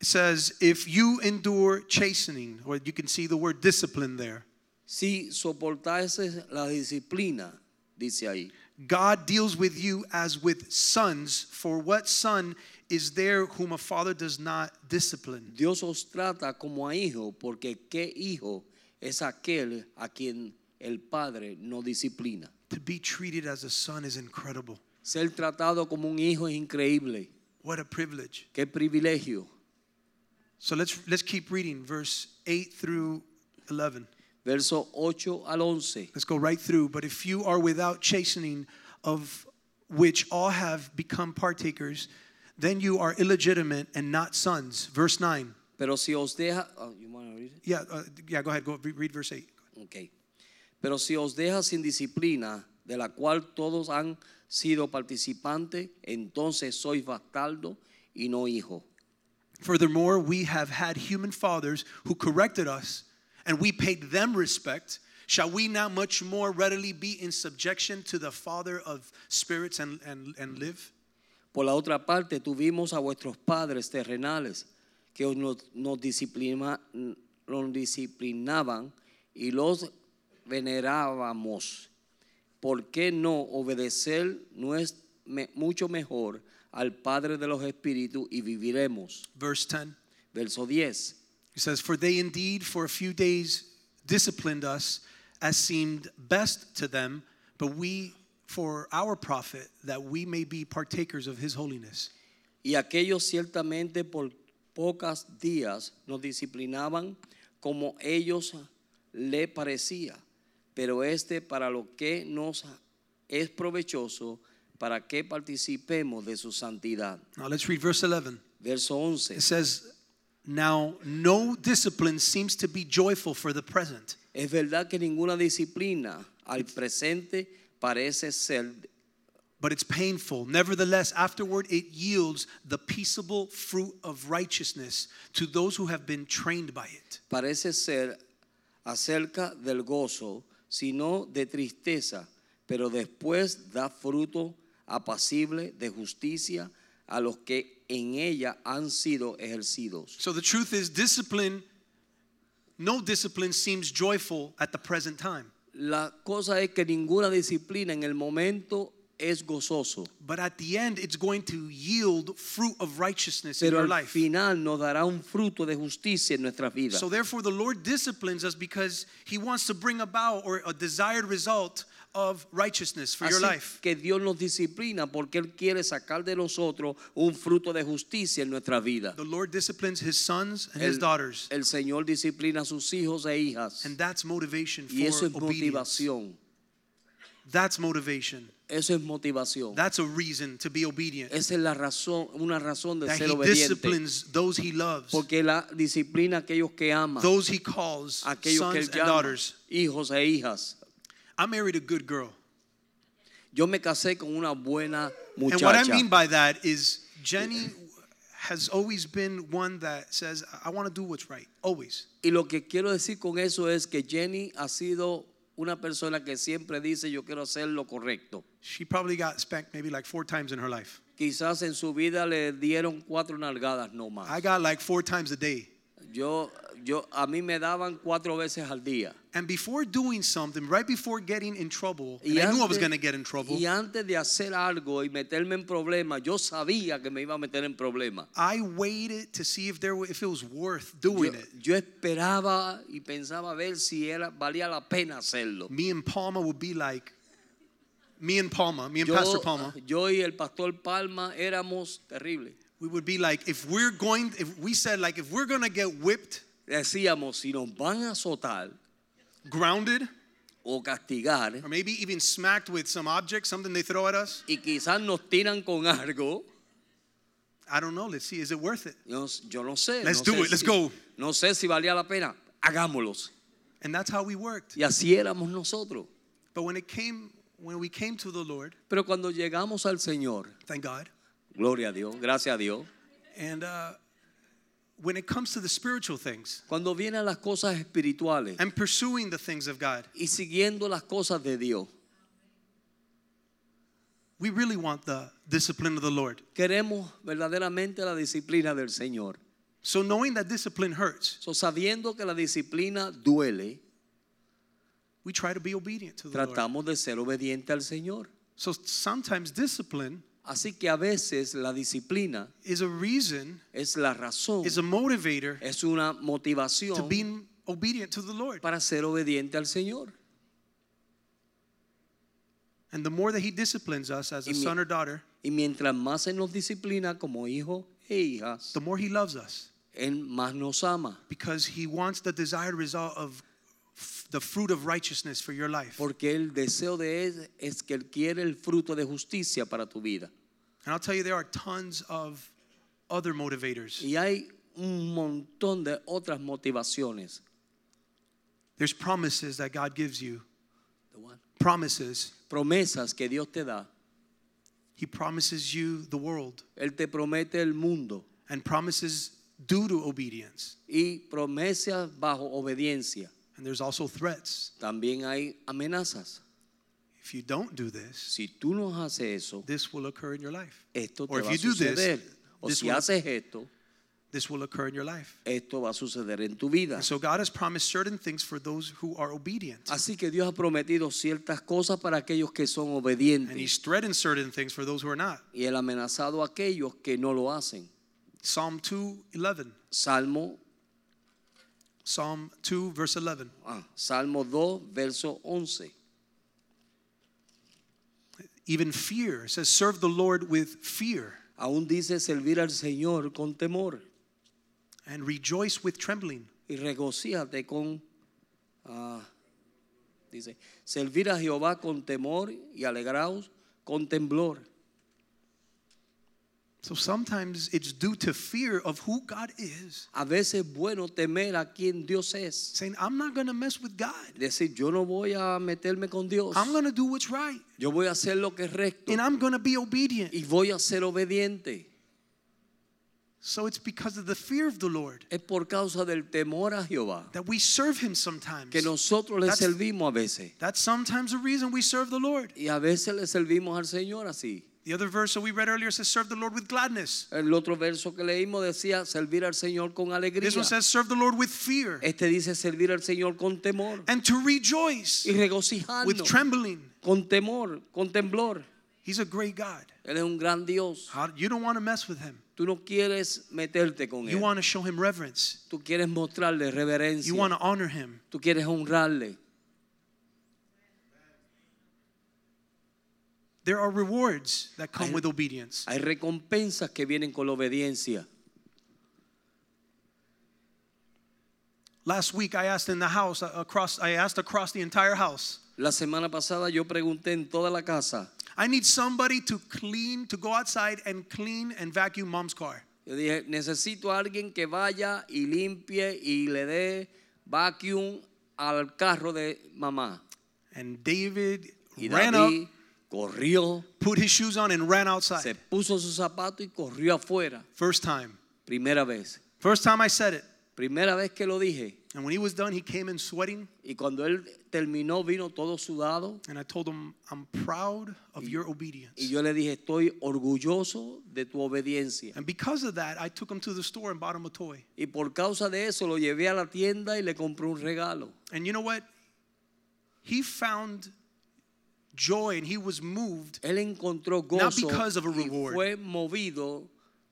Speaker 1: It says, if you endure chastening, or you can see the word discipline there,
Speaker 2: si soportase la disciplina, dice ahí.
Speaker 1: God deals with you as with sons, for what son is there whom a father does not discipline?
Speaker 2: Dios os trata como a hijo, porque qué hijo es aquel a quien el padre no disciplina.
Speaker 1: To be treated as a son is incredible.
Speaker 2: Ser tratado como un hijo es increíble.
Speaker 1: What a privilege.
Speaker 2: Qué privilegio.
Speaker 1: So let's let's keep reading verse 8 through 11.
Speaker 2: Verso 8 al 11.
Speaker 1: Let's go right through, but if you are without chastening of which all have become partakers, then you are illegitimate and not sons. Verse 9.
Speaker 2: Pero si os deja, oh, you wanna read it?
Speaker 1: Yeah, uh, yeah, go ahead. Go re- read verse 8.
Speaker 2: Ok. Pero si os deja sin disciplina, de la cual todos han sido participantes, entonces sois bastardo y no hijo.
Speaker 1: Furthermore, we have had human fathers who corrected us, and we paid them respect. Shall we not much more readily be in subjection to the Father of spirits and, and, and live?
Speaker 2: Por la otra parte, tuvimos a vuestros padres terrenales que os nos, nos disciplina- nos disciplinaban y los venerábamos. ¿Por qué no obedecer no es me- mucho mejor al Padre de los Espíritus y viviremos?
Speaker 1: Verse 10.
Speaker 2: Verso 10.
Speaker 1: He says, For they indeed for a few days disciplined us as seemed best to them, but we for our profit, that we may be partakers of his holiness.
Speaker 2: Y aquellos ciertamente por pocos días nos disciplinaban como ellos le parecía, pero este para lo que nos es provechoso, para que participemos de su santidad.
Speaker 1: Now let's read verse 11.
Speaker 2: Verso 11.
Speaker 1: It says, Now no discipline seems to be joyful for the present,
Speaker 2: Es verdad que ninguna disciplina al presente parece ser,
Speaker 1: but it's painful. Nevertheless, afterward it yields the peaceable fruit of righteousness to those who have been trained by it.
Speaker 2: parece ser acerca del gozo, sino de tristeza, pero después da fruto apacible de justicia a los que en ella han sido ejercidos.
Speaker 1: So the truth is, discipline, no discipline seems joyful at the present time,
Speaker 2: La cosa es que ninguna disciplina en el momento es gozoso,
Speaker 1: but at the end it's going to yield fruit of righteousness in
Speaker 2: pero
Speaker 1: your
Speaker 2: al
Speaker 1: life.
Speaker 2: final nos dará un fruto de justicia en nuestras vidas.
Speaker 1: So therefore, the Lord disciplines us because He wants to bring about or a desired result of righteousness for your
Speaker 2: Así
Speaker 1: life.
Speaker 2: que Dios nos disciplina porque Él quiere sacar de nosotros un fruto de justicia en nuestra vida.
Speaker 1: The Lord disciplines His sons and His
Speaker 2: El,
Speaker 1: daughters,
Speaker 2: el Señor disciplina a sus hijos e hijas.
Speaker 1: and that's motivation for
Speaker 2: Y eso es
Speaker 1: obedience.
Speaker 2: motivación.
Speaker 1: That's motivation.
Speaker 2: Eso es motivación.
Speaker 1: That's a reason to be obedient.
Speaker 2: Esa es la razón, una razón de
Speaker 1: That
Speaker 2: ser
Speaker 1: He
Speaker 2: obediente.
Speaker 1: disciplines those He loves,
Speaker 2: Porque la disciplina a aquellos que aman,
Speaker 1: those He calls
Speaker 2: a aquellos que
Speaker 1: sons
Speaker 2: él
Speaker 1: and
Speaker 2: llama,
Speaker 1: daughters.
Speaker 2: hijos e hijas.
Speaker 1: I married a good girl.
Speaker 2: Yo me casé con una buena
Speaker 1: And what I
Speaker 2: muchacha.
Speaker 1: mean by that is Jenny has always been one that says, I want to do what's right, always.
Speaker 2: Y lo que quiero decir con eso es que Jenny ha sido una persona que siempre dice yo quiero hacer lo correcto.
Speaker 1: She probably got spanked maybe like four times in her life.
Speaker 2: Quizás en su vida le dieron cuatro nalgadas no más.
Speaker 1: I got like four times a day.
Speaker 2: Yo, yo, a mí me daban cuatro veces al día.
Speaker 1: And before doing something, right before getting in trouble, and I knew I was going to get in trouble,
Speaker 2: y antes de hacer algo y meterme en problemas, yo sabía que me iba a meter en problemas.
Speaker 1: I waited to see if there were, if it was worth
Speaker 2: Yo,
Speaker 1: doing it.
Speaker 2: yo esperaba y pensaba a ver si era, valía la pena hacerlo.
Speaker 1: Me and Palma would be like, me and Palma, me and
Speaker 2: Yo, uh,
Speaker 1: Pastor Palma,
Speaker 2: yo y el pastor Palma éramos terribles.
Speaker 1: we would be like, if we're going, if we said like, if we're going to get whipped,
Speaker 2: Decíamos, si nos van a azotar
Speaker 1: grounded,
Speaker 2: o castigar
Speaker 1: or maybe even smacked with some object, something they throw at us.
Speaker 2: y quizás nos tiran con algo,
Speaker 1: I don't know. Let's see. Is it worth it?
Speaker 2: yo, yo no sé.
Speaker 1: Let's do
Speaker 2: no sé
Speaker 1: it, let's
Speaker 2: si-
Speaker 1: go.
Speaker 2: No sé si valía la pena. Hagámoslos.
Speaker 1: And that's how we worked.
Speaker 2: Y así éramos nosotros.
Speaker 1: But when it came, when we came to the Lord,
Speaker 2: Pero cuando llegamos al Señor,
Speaker 1: thank God.
Speaker 2: gloria a Dios, gracias a Dios,
Speaker 1: And uh, when it comes to the spiritual things
Speaker 2: cuando vienen las cosas espirituales
Speaker 1: and pursuing the things of God,
Speaker 2: y siguiendo las cosas de Dios,
Speaker 1: we really want the discipline of the Lord.
Speaker 2: queremos verdaderamente la disciplina del Señor.
Speaker 1: So knowing that discipline hurts,
Speaker 2: So, sabiendo que la disciplina duele,
Speaker 1: we try to be obedient to the Lord.
Speaker 2: Tratamos de ser obediente al Señor.
Speaker 1: So sometimes discipline
Speaker 2: Así que a veces la disciplina
Speaker 1: is a reason,
Speaker 2: es la razón,
Speaker 1: is a motivator
Speaker 2: es una
Speaker 1: to
Speaker 2: motivación
Speaker 1: being obedient to the Lord.
Speaker 2: para ser obediente al Señor.
Speaker 1: And the more that He disciplines us as a
Speaker 2: Y mi-
Speaker 1: son or daughter,
Speaker 2: Y mientras más Él nos disciplina como hijos e hijas,
Speaker 1: the more He loves us
Speaker 2: Él más nos ama.
Speaker 1: because He wants the desired result of f- the fruit of righteousness for your life.
Speaker 2: Porque el deseo de Él es que Él quiere el fruto de justicia para tu vida.
Speaker 1: And I'll tell you, there are tons of other motivators.
Speaker 2: Y hay un montón de otras motivaciones.
Speaker 1: There's promises that God gives you.
Speaker 2: The one-
Speaker 1: Promises.
Speaker 2: Promesas que Dios te da.
Speaker 1: He promises you the world
Speaker 2: Él te promete el mundo
Speaker 1: and promises due to obedience.
Speaker 2: y promesas bajo obediencia.
Speaker 1: And there's also threats.
Speaker 2: También hay amenazas.
Speaker 1: If you don't do this,
Speaker 2: Si tú no haces eso,
Speaker 1: this will occur in your life.
Speaker 2: esto te
Speaker 1: Or if
Speaker 2: va a
Speaker 1: you do this,
Speaker 2: suceder. O
Speaker 1: this
Speaker 2: si
Speaker 1: will-
Speaker 2: haces esto,
Speaker 1: This will occur in your life.
Speaker 2: esto va a suceder en tu vida.
Speaker 1: And so God has promised certain things for those who are obedient.
Speaker 2: Así que Dios ha prometido ciertas cosas para aquellos que son
Speaker 1: And He's
Speaker 2: obedientes
Speaker 1: threatened certain things for those who are not.
Speaker 2: y él ha amenazado a aquellos que no lo hacen.
Speaker 1: Psalm 2 11.
Speaker 2: Salmo,
Speaker 1: Psalm 2, verse 11.
Speaker 2: ah, Salmo 2, verso 11.
Speaker 1: Even fear. It says, Serve the Lord with fear
Speaker 2: Aún dice servir al Señor con temor
Speaker 1: and rejoice with trembling.
Speaker 2: y regocíjate con... ah, dice, servir a Jehová con temor y alegraos con temblor.
Speaker 1: So sometimes it's due to fear of who God is,
Speaker 2: A veces es bueno temer a quien Dios es.
Speaker 1: saying, I'm not going to mess with God.
Speaker 2: Decir, yo no voy a meterme con Dios.
Speaker 1: I'm going to do what's right
Speaker 2: Yo voy a hacer lo que es recto.
Speaker 1: and I'm going to be obedient.
Speaker 2: y voy a ser obediente.
Speaker 1: So it's because of the fear of the Lord
Speaker 2: Es por causa del temor a Jehová
Speaker 1: that we serve Him sometimes.
Speaker 2: que nosotros le
Speaker 1: That's-
Speaker 2: servimos a veces.
Speaker 1: That's sometimes the reason we serve the Lord.
Speaker 2: Y a veces le servimos al Señor así.
Speaker 1: The other verse that we read earlier says, Serve the Lord with gladness.
Speaker 2: El otro verso que leímos decía servir al Señor con alegría.
Speaker 1: This one says, Serve the Lord with fear
Speaker 2: Este dice servir al Señor con temor
Speaker 1: and to rejoice
Speaker 2: y regocijarnos
Speaker 1: with trembling.
Speaker 2: con temor, con temblor.
Speaker 1: He's a great God.
Speaker 2: Él es un gran Dios.
Speaker 1: How- You don't want to mess with Him,
Speaker 2: Tú no quieres meterte con
Speaker 1: you
Speaker 2: él.
Speaker 1: want to show Him reverence,
Speaker 2: Tú quieres mostrarle reverencia.
Speaker 1: you want to honor Him.
Speaker 2: Tú quieres honrarle.
Speaker 1: There are rewards that come
Speaker 2: Hay-
Speaker 1: with obedience.
Speaker 2: Hay recompensas que vienen con la obediencia.
Speaker 1: Last week I asked in the house uh, across I asked across the entire house.
Speaker 2: La semana pasada yo pregunté en toda la casa.
Speaker 1: I need somebody to clean to go outside and clean and vacuum mom's car.
Speaker 2: Yo dije, necesito a alguien que vaya y limpie y le dé vacuum al carro de mamá.
Speaker 1: And David
Speaker 2: Y
Speaker 1: ran
Speaker 2: David
Speaker 1: up,
Speaker 2: corrió,
Speaker 1: put his shoes on and ran
Speaker 2: se
Speaker 1: outside.
Speaker 2: puso su zapato y corrió afuera.
Speaker 1: First time.
Speaker 2: Primera vez.
Speaker 1: First time I said it.
Speaker 2: Primera vez que lo dije.
Speaker 1: And when he was done, he came in sweating
Speaker 2: Y cuando él terminó, vino todo sudado.
Speaker 1: and I told him, "I'm proud of your obedience."
Speaker 2: Y yo le dije, estoy orgulloso de tu obediencia.
Speaker 1: And because of that, I took him to the store and bought him a toy.
Speaker 2: Y por causa de eso lo llevé a la tienda y le compré un regalo.
Speaker 1: And you know what? He found joy and he was moved
Speaker 2: Él encontró
Speaker 1: Not
Speaker 2: gozo
Speaker 1: because of a
Speaker 2: y
Speaker 1: reward.
Speaker 2: fue movido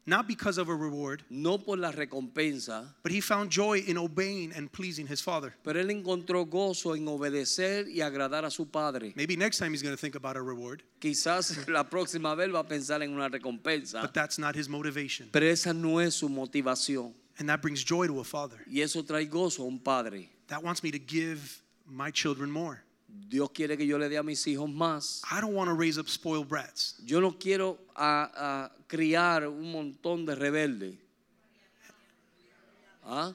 Speaker 1: not because of a reward,
Speaker 2: no por la recompensa,
Speaker 1: But he found joy in obeying and pleasing his father.
Speaker 2: pero él encontró gozo en obedecer y agradar a su padre.
Speaker 1: Maybe next time he's going to think about a reward,
Speaker 2: Quizás la próxima vez va a pensar en una recompensa,
Speaker 1: but that's not his motivation.
Speaker 2: pero esa no es su motivación
Speaker 1: And that brings joy to a father.
Speaker 2: y eso trae gozo a un padre.
Speaker 1: That wants me to give my children more.
Speaker 2: Dios quiere que yo le dé a mis hijos más.
Speaker 1: I don't want to raise up spoiled brats.
Speaker 2: Yo no quiero a, a criar un montón de rebeldes. ¿Ah?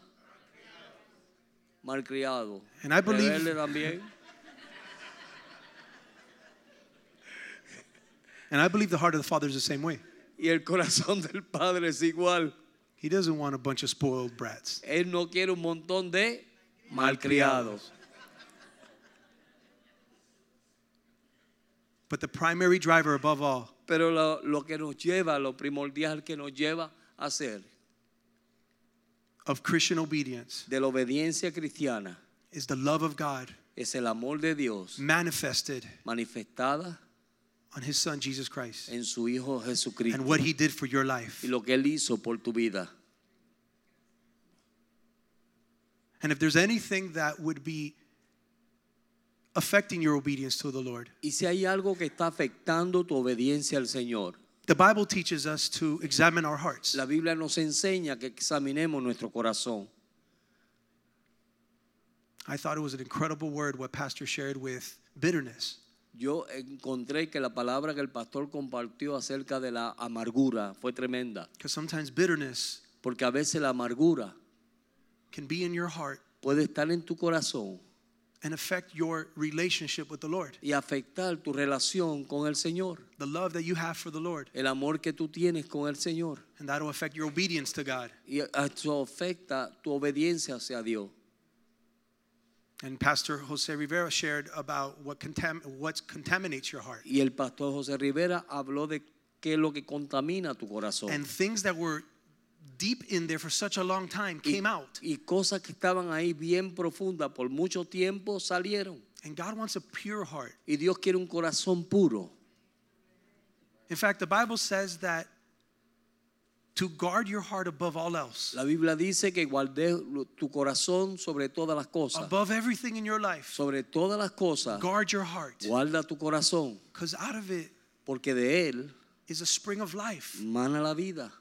Speaker 2: Malcriado.
Speaker 1: And I believe-
Speaker 2: Rebelde también.
Speaker 1: And I believe the heart of the father is the same way.
Speaker 2: Y el corazón del padre es igual.
Speaker 1: He doesn't want a bunch of spoiled brats.
Speaker 2: Él no quiere un montón de malcriados.
Speaker 1: But the primary driver above all
Speaker 2: Pero lo, lo que nos lleva, lo primordial que nos lleva a hacer
Speaker 1: of Christian obedience
Speaker 2: de la obediencia cristiana
Speaker 1: is the love of God
Speaker 2: es el amor de Dios
Speaker 1: manifested
Speaker 2: manifestada
Speaker 1: on his son Jesus Christ
Speaker 2: en su Hijo
Speaker 1: and
Speaker 2: Jesucristo
Speaker 1: what he did for your life.
Speaker 2: y lo que Él hizo por tu vida.
Speaker 1: And if there's anything that would be affecting your obedience to the Lord,
Speaker 2: Y si hay algo que está afectando tu obediencia al Señor,
Speaker 1: the Bible teaches us to examine our hearts.
Speaker 2: la Biblia nos enseña que examinemos nuestro corazón.
Speaker 1: I thought it was an incredible word what Pastor shared with bitterness.
Speaker 2: Yo encontré que la palabra que el pastor compartió acerca de la amargura fue tremenda,
Speaker 1: Because sometimes bitterness
Speaker 2: porque a veces la amargura
Speaker 1: can be in your heart
Speaker 2: puede estar en tu corazón
Speaker 1: and affect your relationship with the Lord,
Speaker 2: y afectar tu relación con el Señor,
Speaker 1: the love that you have for the Lord,
Speaker 2: el amor que tú tienes con el Señor.
Speaker 1: and that'll affect your obedience to God.
Speaker 2: Y eso afecta tu obediencia hacia Dios.
Speaker 1: And Pastor Jose Rivera shared about what, contam- what contaminates your heart
Speaker 2: Y el pastor José Rivera habló de qué es lo que contamina tu corazón.
Speaker 1: and things that were deep in there for such a long time
Speaker 2: y,
Speaker 1: came out.
Speaker 2: y cosas que estaban ahí bien profundas por mucho tiempo salieron.
Speaker 1: And God wants a pure heart.
Speaker 2: Y Dios quiere un corazón puro.
Speaker 1: In fact, the Bible says that to guard your heart above all else,
Speaker 2: La Biblia dice que guarde lo- tu corazón sobre todas las cosas.
Speaker 1: above everything in your life,
Speaker 2: Sobre todas las cosas,
Speaker 1: guard your heart.
Speaker 2: guarda tu corazón,
Speaker 1: Because out of it
Speaker 2: porque de él
Speaker 1: is a spring of life.
Speaker 2: mana la vida.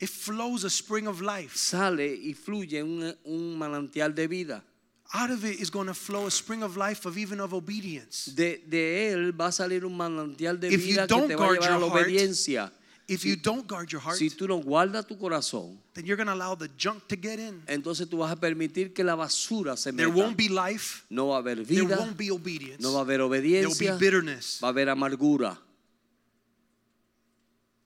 Speaker 1: It flows a spring of life.
Speaker 2: Sale y fluye un, un manantial de vida.
Speaker 1: Out of it is going to flow a spring of life of even of obedience.
Speaker 2: De, de él va a salir un manantial de
Speaker 1: If you
Speaker 2: vida que
Speaker 1: don't
Speaker 2: te va a
Speaker 1: guard
Speaker 2: llevar a la
Speaker 1: your heart,
Speaker 2: obediencia.
Speaker 1: If you don't guard your heart,
Speaker 2: Si tú no guardas tu corazón,
Speaker 1: then you're going to allow the junk to get in.
Speaker 2: entonces tú vas a permitir que la basura se
Speaker 1: There
Speaker 2: meta.
Speaker 1: won't be life.
Speaker 2: No va a haber
Speaker 1: There
Speaker 2: vida,
Speaker 1: won't be obedience.
Speaker 2: no va a
Speaker 1: There'll
Speaker 2: haber
Speaker 1: be
Speaker 2: obediencia,
Speaker 1: bitterness.
Speaker 2: va a haber amargura.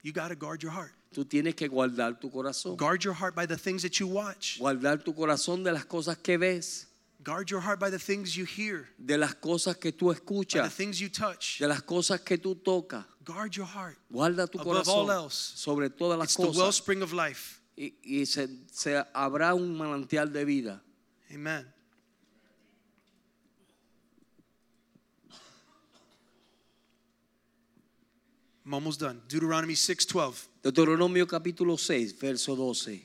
Speaker 1: You got to guard your heart.
Speaker 2: Tú tienes que guardar tu corazón.
Speaker 1: Guard your heart by the things that you watch.
Speaker 2: Guardar tu corazón de las cosas que ves,
Speaker 1: Guard your heart by the things you hear,
Speaker 2: de las cosas que tú
Speaker 1: by the
Speaker 2: escuchas,
Speaker 1: things you touch.
Speaker 2: de las cosas que tú tocas.
Speaker 1: Guard your heart.
Speaker 2: Guarda tu
Speaker 1: Above all
Speaker 2: corazón
Speaker 1: else,
Speaker 2: sobre todas las
Speaker 1: It's the
Speaker 2: cosas
Speaker 1: wellspring of life.
Speaker 2: y, y se, se habrá un manantial de vida.
Speaker 1: Amen. I'm almost done. Deuteronomy 6:12.
Speaker 2: Deuteronomio capítulo 6, verso 12.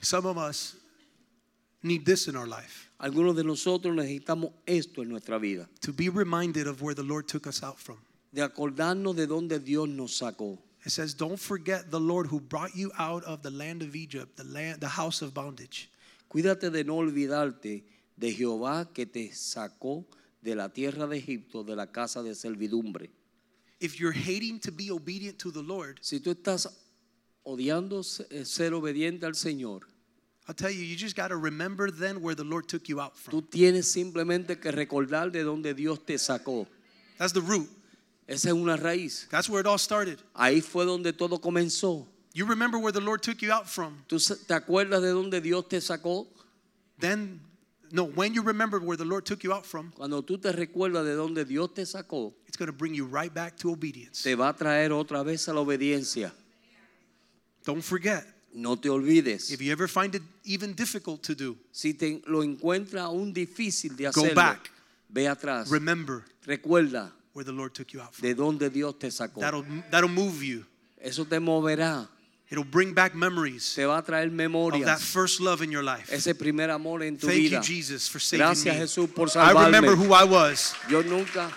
Speaker 1: Some of us need this in our life
Speaker 2: Algunos de nosotros necesitamos esto en nuestra vida,
Speaker 1: to be reminded of where the Lord took us out from.
Speaker 2: de acordarnos de dónde Dios nos sacó.
Speaker 1: It says, "Don't forget the Lord who brought you out of the land of Egypt, the land the house of bondage."
Speaker 2: Cuídate de no olvidarte de Jehová que te sacó de la tierra de Egipto, de la casa de servidumbre.
Speaker 1: If you're hating to be obedient to the Lord,
Speaker 2: Si tú estás odiando se- eh, ser obediente al Señor,
Speaker 1: I'll tell you, you just got to remember then where the Lord took you out
Speaker 2: tú
Speaker 1: from.
Speaker 2: tienes simplemente que recordar de dónde Dios te sacó.
Speaker 1: That's the root.
Speaker 2: Esa es una raíz.
Speaker 1: That's where it all started.
Speaker 2: Ahí fue donde todo comenzó.
Speaker 1: You remember where the Lord took you out from.
Speaker 2: ¿Tú se- te acuerdas de dónde Dios te sacó?
Speaker 1: Then, no, when you remember where the Lord took you out from,
Speaker 2: Cuando tú te recuerdas de dónde Dios te sacó,
Speaker 1: it's going to bring you right back to obedience.
Speaker 2: te va a traer otra vez a la obediencia.
Speaker 1: Don't forget,
Speaker 2: No te olvides.
Speaker 1: if you ever find it even difficult to do,
Speaker 2: Si te lo encuentra aún difícil de
Speaker 1: Go
Speaker 2: hacerlo,
Speaker 1: back.
Speaker 2: ve atrás.
Speaker 1: remember
Speaker 2: Recuerda
Speaker 1: where the Lord took you out from.
Speaker 2: de dónde Dios te sacó.
Speaker 1: That'll, that'll move you.
Speaker 2: Eso te moverá,
Speaker 1: It'll bring back memories
Speaker 2: te va a traer
Speaker 1: of that
Speaker 2: memorias.
Speaker 1: first love in your life.
Speaker 2: Ese primer amor en tu
Speaker 1: Thank you,
Speaker 2: vida.
Speaker 1: Jesus, for saving
Speaker 2: Gracias
Speaker 1: me.
Speaker 2: Jesús por
Speaker 1: I remember
Speaker 2: salvarme.
Speaker 1: who I was.
Speaker 2: Yo nunca,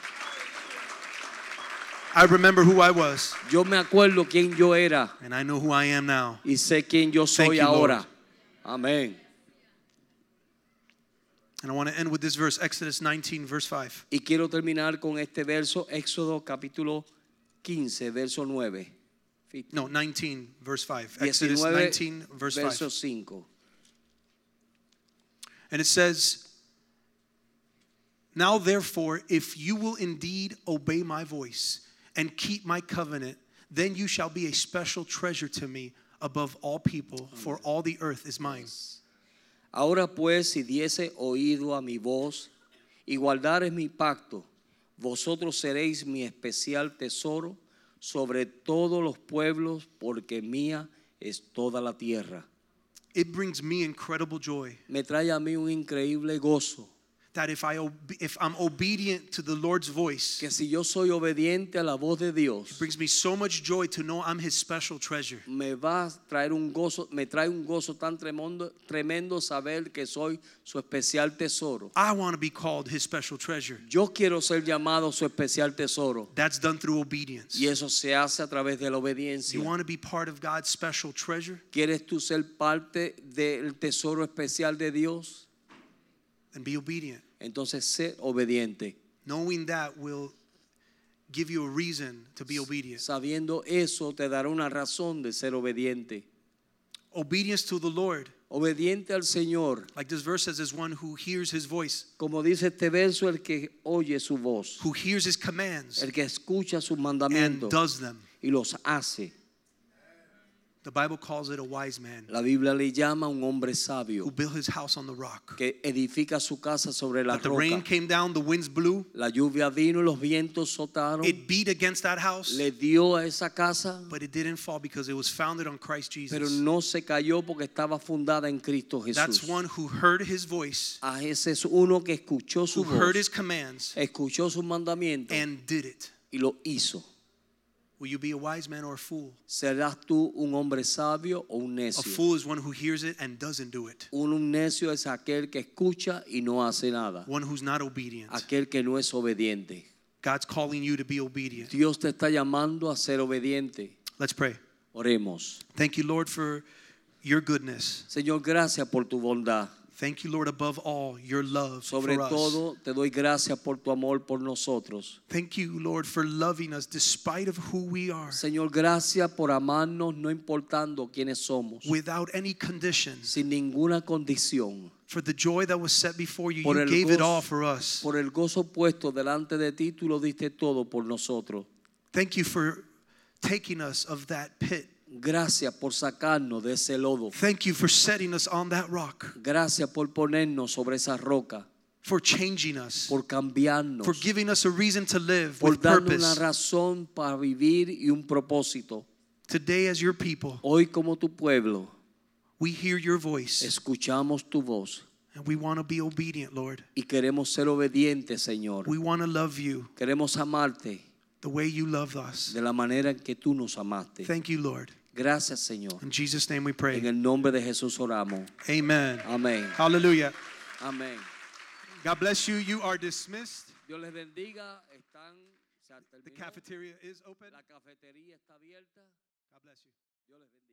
Speaker 1: I remember who I was.
Speaker 2: yo me acuerdo quién yo era
Speaker 1: And I know who I am now.
Speaker 2: y sé quién yo soy
Speaker 1: you, Lord.
Speaker 2: ahora. Amén.
Speaker 1: And I want to end with this verse, Exodus 19, verse 5.
Speaker 2: Y quiero terminar con este verso, Éxodo capítulo 15, verso 9.
Speaker 1: No, 19, verse 5. Exodus
Speaker 2: 19,
Speaker 1: 19, verse 5.
Speaker 2: verso 5.
Speaker 1: And it says, Now therefore, if you will indeed obey my voice and keep my covenant, then you shall be a special treasure to me above all people, for all the earth is mine.
Speaker 2: Ahora pues, si diese oído a mi voz y guardares mi pacto, vosotros seréis mi especial tesoro sobre todos los pueblos, porque mía es toda la tierra.
Speaker 1: it brings me incredible joy
Speaker 2: me trae a mí un increíble gozo.
Speaker 1: that if, I, obe- if I'm obedient to the Lord's voice,
Speaker 2: Que si yo soy obediente a la voz de
Speaker 1: it
Speaker 2: Dios,
Speaker 1: brings me so much joy to know I'm His special treasure.
Speaker 2: me va a traer un gozo, me trae un gozo tan tremendo, tremendo saber que soy su especial tesoro.
Speaker 1: I want to be called His special treasure.
Speaker 2: Yo quiero ser llamado su especial tesoro.
Speaker 1: That's done through obedience.
Speaker 2: Y eso se hace a través de la
Speaker 1: You
Speaker 2: obediencia.
Speaker 1: want to be part of God's special treasure?
Speaker 2: ¿Quieres tú ser parte del tesoro especial de Dios?
Speaker 1: Then be obedient.
Speaker 2: Entonces sé obediente.
Speaker 1: Knowing that will give you a reason to be obedient.
Speaker 2: Sabiendo eso te dará una razón de ser obediente.
Speaker 1: Obedience to the Lord,
Speaker 2: Obediente al Señor.
Speaker 1: like this verse says, is one who hears His voice,
Speaker 2: Como dice este verso, el que oye su voz,
Speaker 1: who hears His commands
Speaker 2: el que escucha sus
Speaker 1: and
Speaker 2: mandamientos
Speaker 1: does them.
Speaker 2: y los hace.
Speaker 1: The Bible calls it a wise man
Speaker 2: La Biblia le llama un hombre sabio
Speaker 1: who built his house on the rock.
Speaker 2: que edifica su casa sobre la
Speaker 1: But the rain
Speaker 2: roca.
Speaker 1: came down, the winds blew,
Speaker 2: La lluvia vino y los vientos sotaron.
Speaker 1: it beat against that house,
Speaker 2: Le dio a esa casa,
Speaker 1: but it didn't fall because it was founded on Christ
Speaker 2: pero
Speaker 1: Jesus.
Speaker 2: no se cayó porque estaba fundada en Cristo
Speaker 1: That's
Speaker 2: Jesús.
Speaker 1: one who heard His voice,
Speaker 2: A ese es uno que escuchó
Speaker 1: who
Speaker 2: su
Speaker 1: heard
Speaker 2: voz,
Speaker 1: His commands,
Speaker 2: escuchó sus mandamientos
Speaker 1: and did it.
Speaker 2: y lo hizo.
Speaker 1: Will you be a wise man or a fool?
Speaker 2: ¿Serás tú un hombre sabio o un
Speaker 1: A
Speaker 2: necio?
Speaker 1: fool is one who hears it and doesn't do it,
Speaker 2: Un, un necio es aquel que escucha y no hace nada.
Speaker 1: one who's not obedient.
Speaker 2: Aquel que no es obediente.
Speaker 1: God's calling you to be obedient.
Speaker 2: Dios te está llamando a ser obediente.
Speaker 1: Let's pray.
Speaker 2: Oremos.
Speaker 1: Thank you, Lord, for your goodness.
Speaker 2: Señor, gracias por tu bondad.
Speaker 1: Thank you, Lord, above all, your love
Speaker 2: Sobre
Speaker 1: for us.
Speaker 2: todo, te doy gracias por tu amor por nosotros.
Speaker 1: Thank you, Lord, for loving us despite of who we are,
Speaker 2: Señor, gracias por amarnos no importando quiénes somos,
Speaker 1: without any conditions.
Speaker 2: sin ninguna condición.
Speaker 1: For the joy that was set before you,
Speaker 2: Por
Speaker 1: you
Speaker 2: el
Speaker 1: gave it
Speaker 2: gozo-
Speaker 1: all for us.
Speaker 2: Por el gozo puesto delante de ti, tú lo diste todo por nosotros.
Speaker 1: Thank you for taking us of that pit.
Speaker 2: Gracias por sacarnos de ese lodo.
Speaker 1: Thank you for setting us on that rock,
Speaker 2: Gracias por ponernos sobre esa roca,
Speaker 1: for changing us.
Speaker 2: por cambiarnos,
Speaker 1: for giving us a reason to live
Speaker 2: por
Speaker 1: with
Speaker 2: darnos una
Speaker 1: purpose
Speaker 2: razón para vivir y un propósito.
Speaker 1: today as your people
Speaker 2: Hoy como tu pueblo,
Speaker 1: we hear your voice
Speaker 2: escuchamos tu voz
Speaker 1: and we want to be obedient lord
Speaker 2: y queremos ser obedientes, Señor.
Speaker 1: we want to love you
Speaker 2: Queremos amarte
Speaker 1: the way you love us
Speaker 2: de la manera en que tú nos amaste.
Speaker 1: thank you lord
Speaker 2: Gracias, Señor.
Speaker 1: in jesus name we
Speaker 2: En
Speaker 1: pray
Speaker 2: el nombre de Jesús oramos.
Speaker 1: amen
Speaker 2: Amén.
Speaker 1: hallelujah
Speaker 2: Amén.
Speaker 1: god bless you you are dismissed
Speaker 2: Dios les bendiga. Están, se
Speaker 1: the
Speaker 2: terminó.
Speaker 1: cafeteria is open
Speaker 2: La cafetería está abierta.
Speaker 1: god bless you
Speaker 2: Dios les bendiga.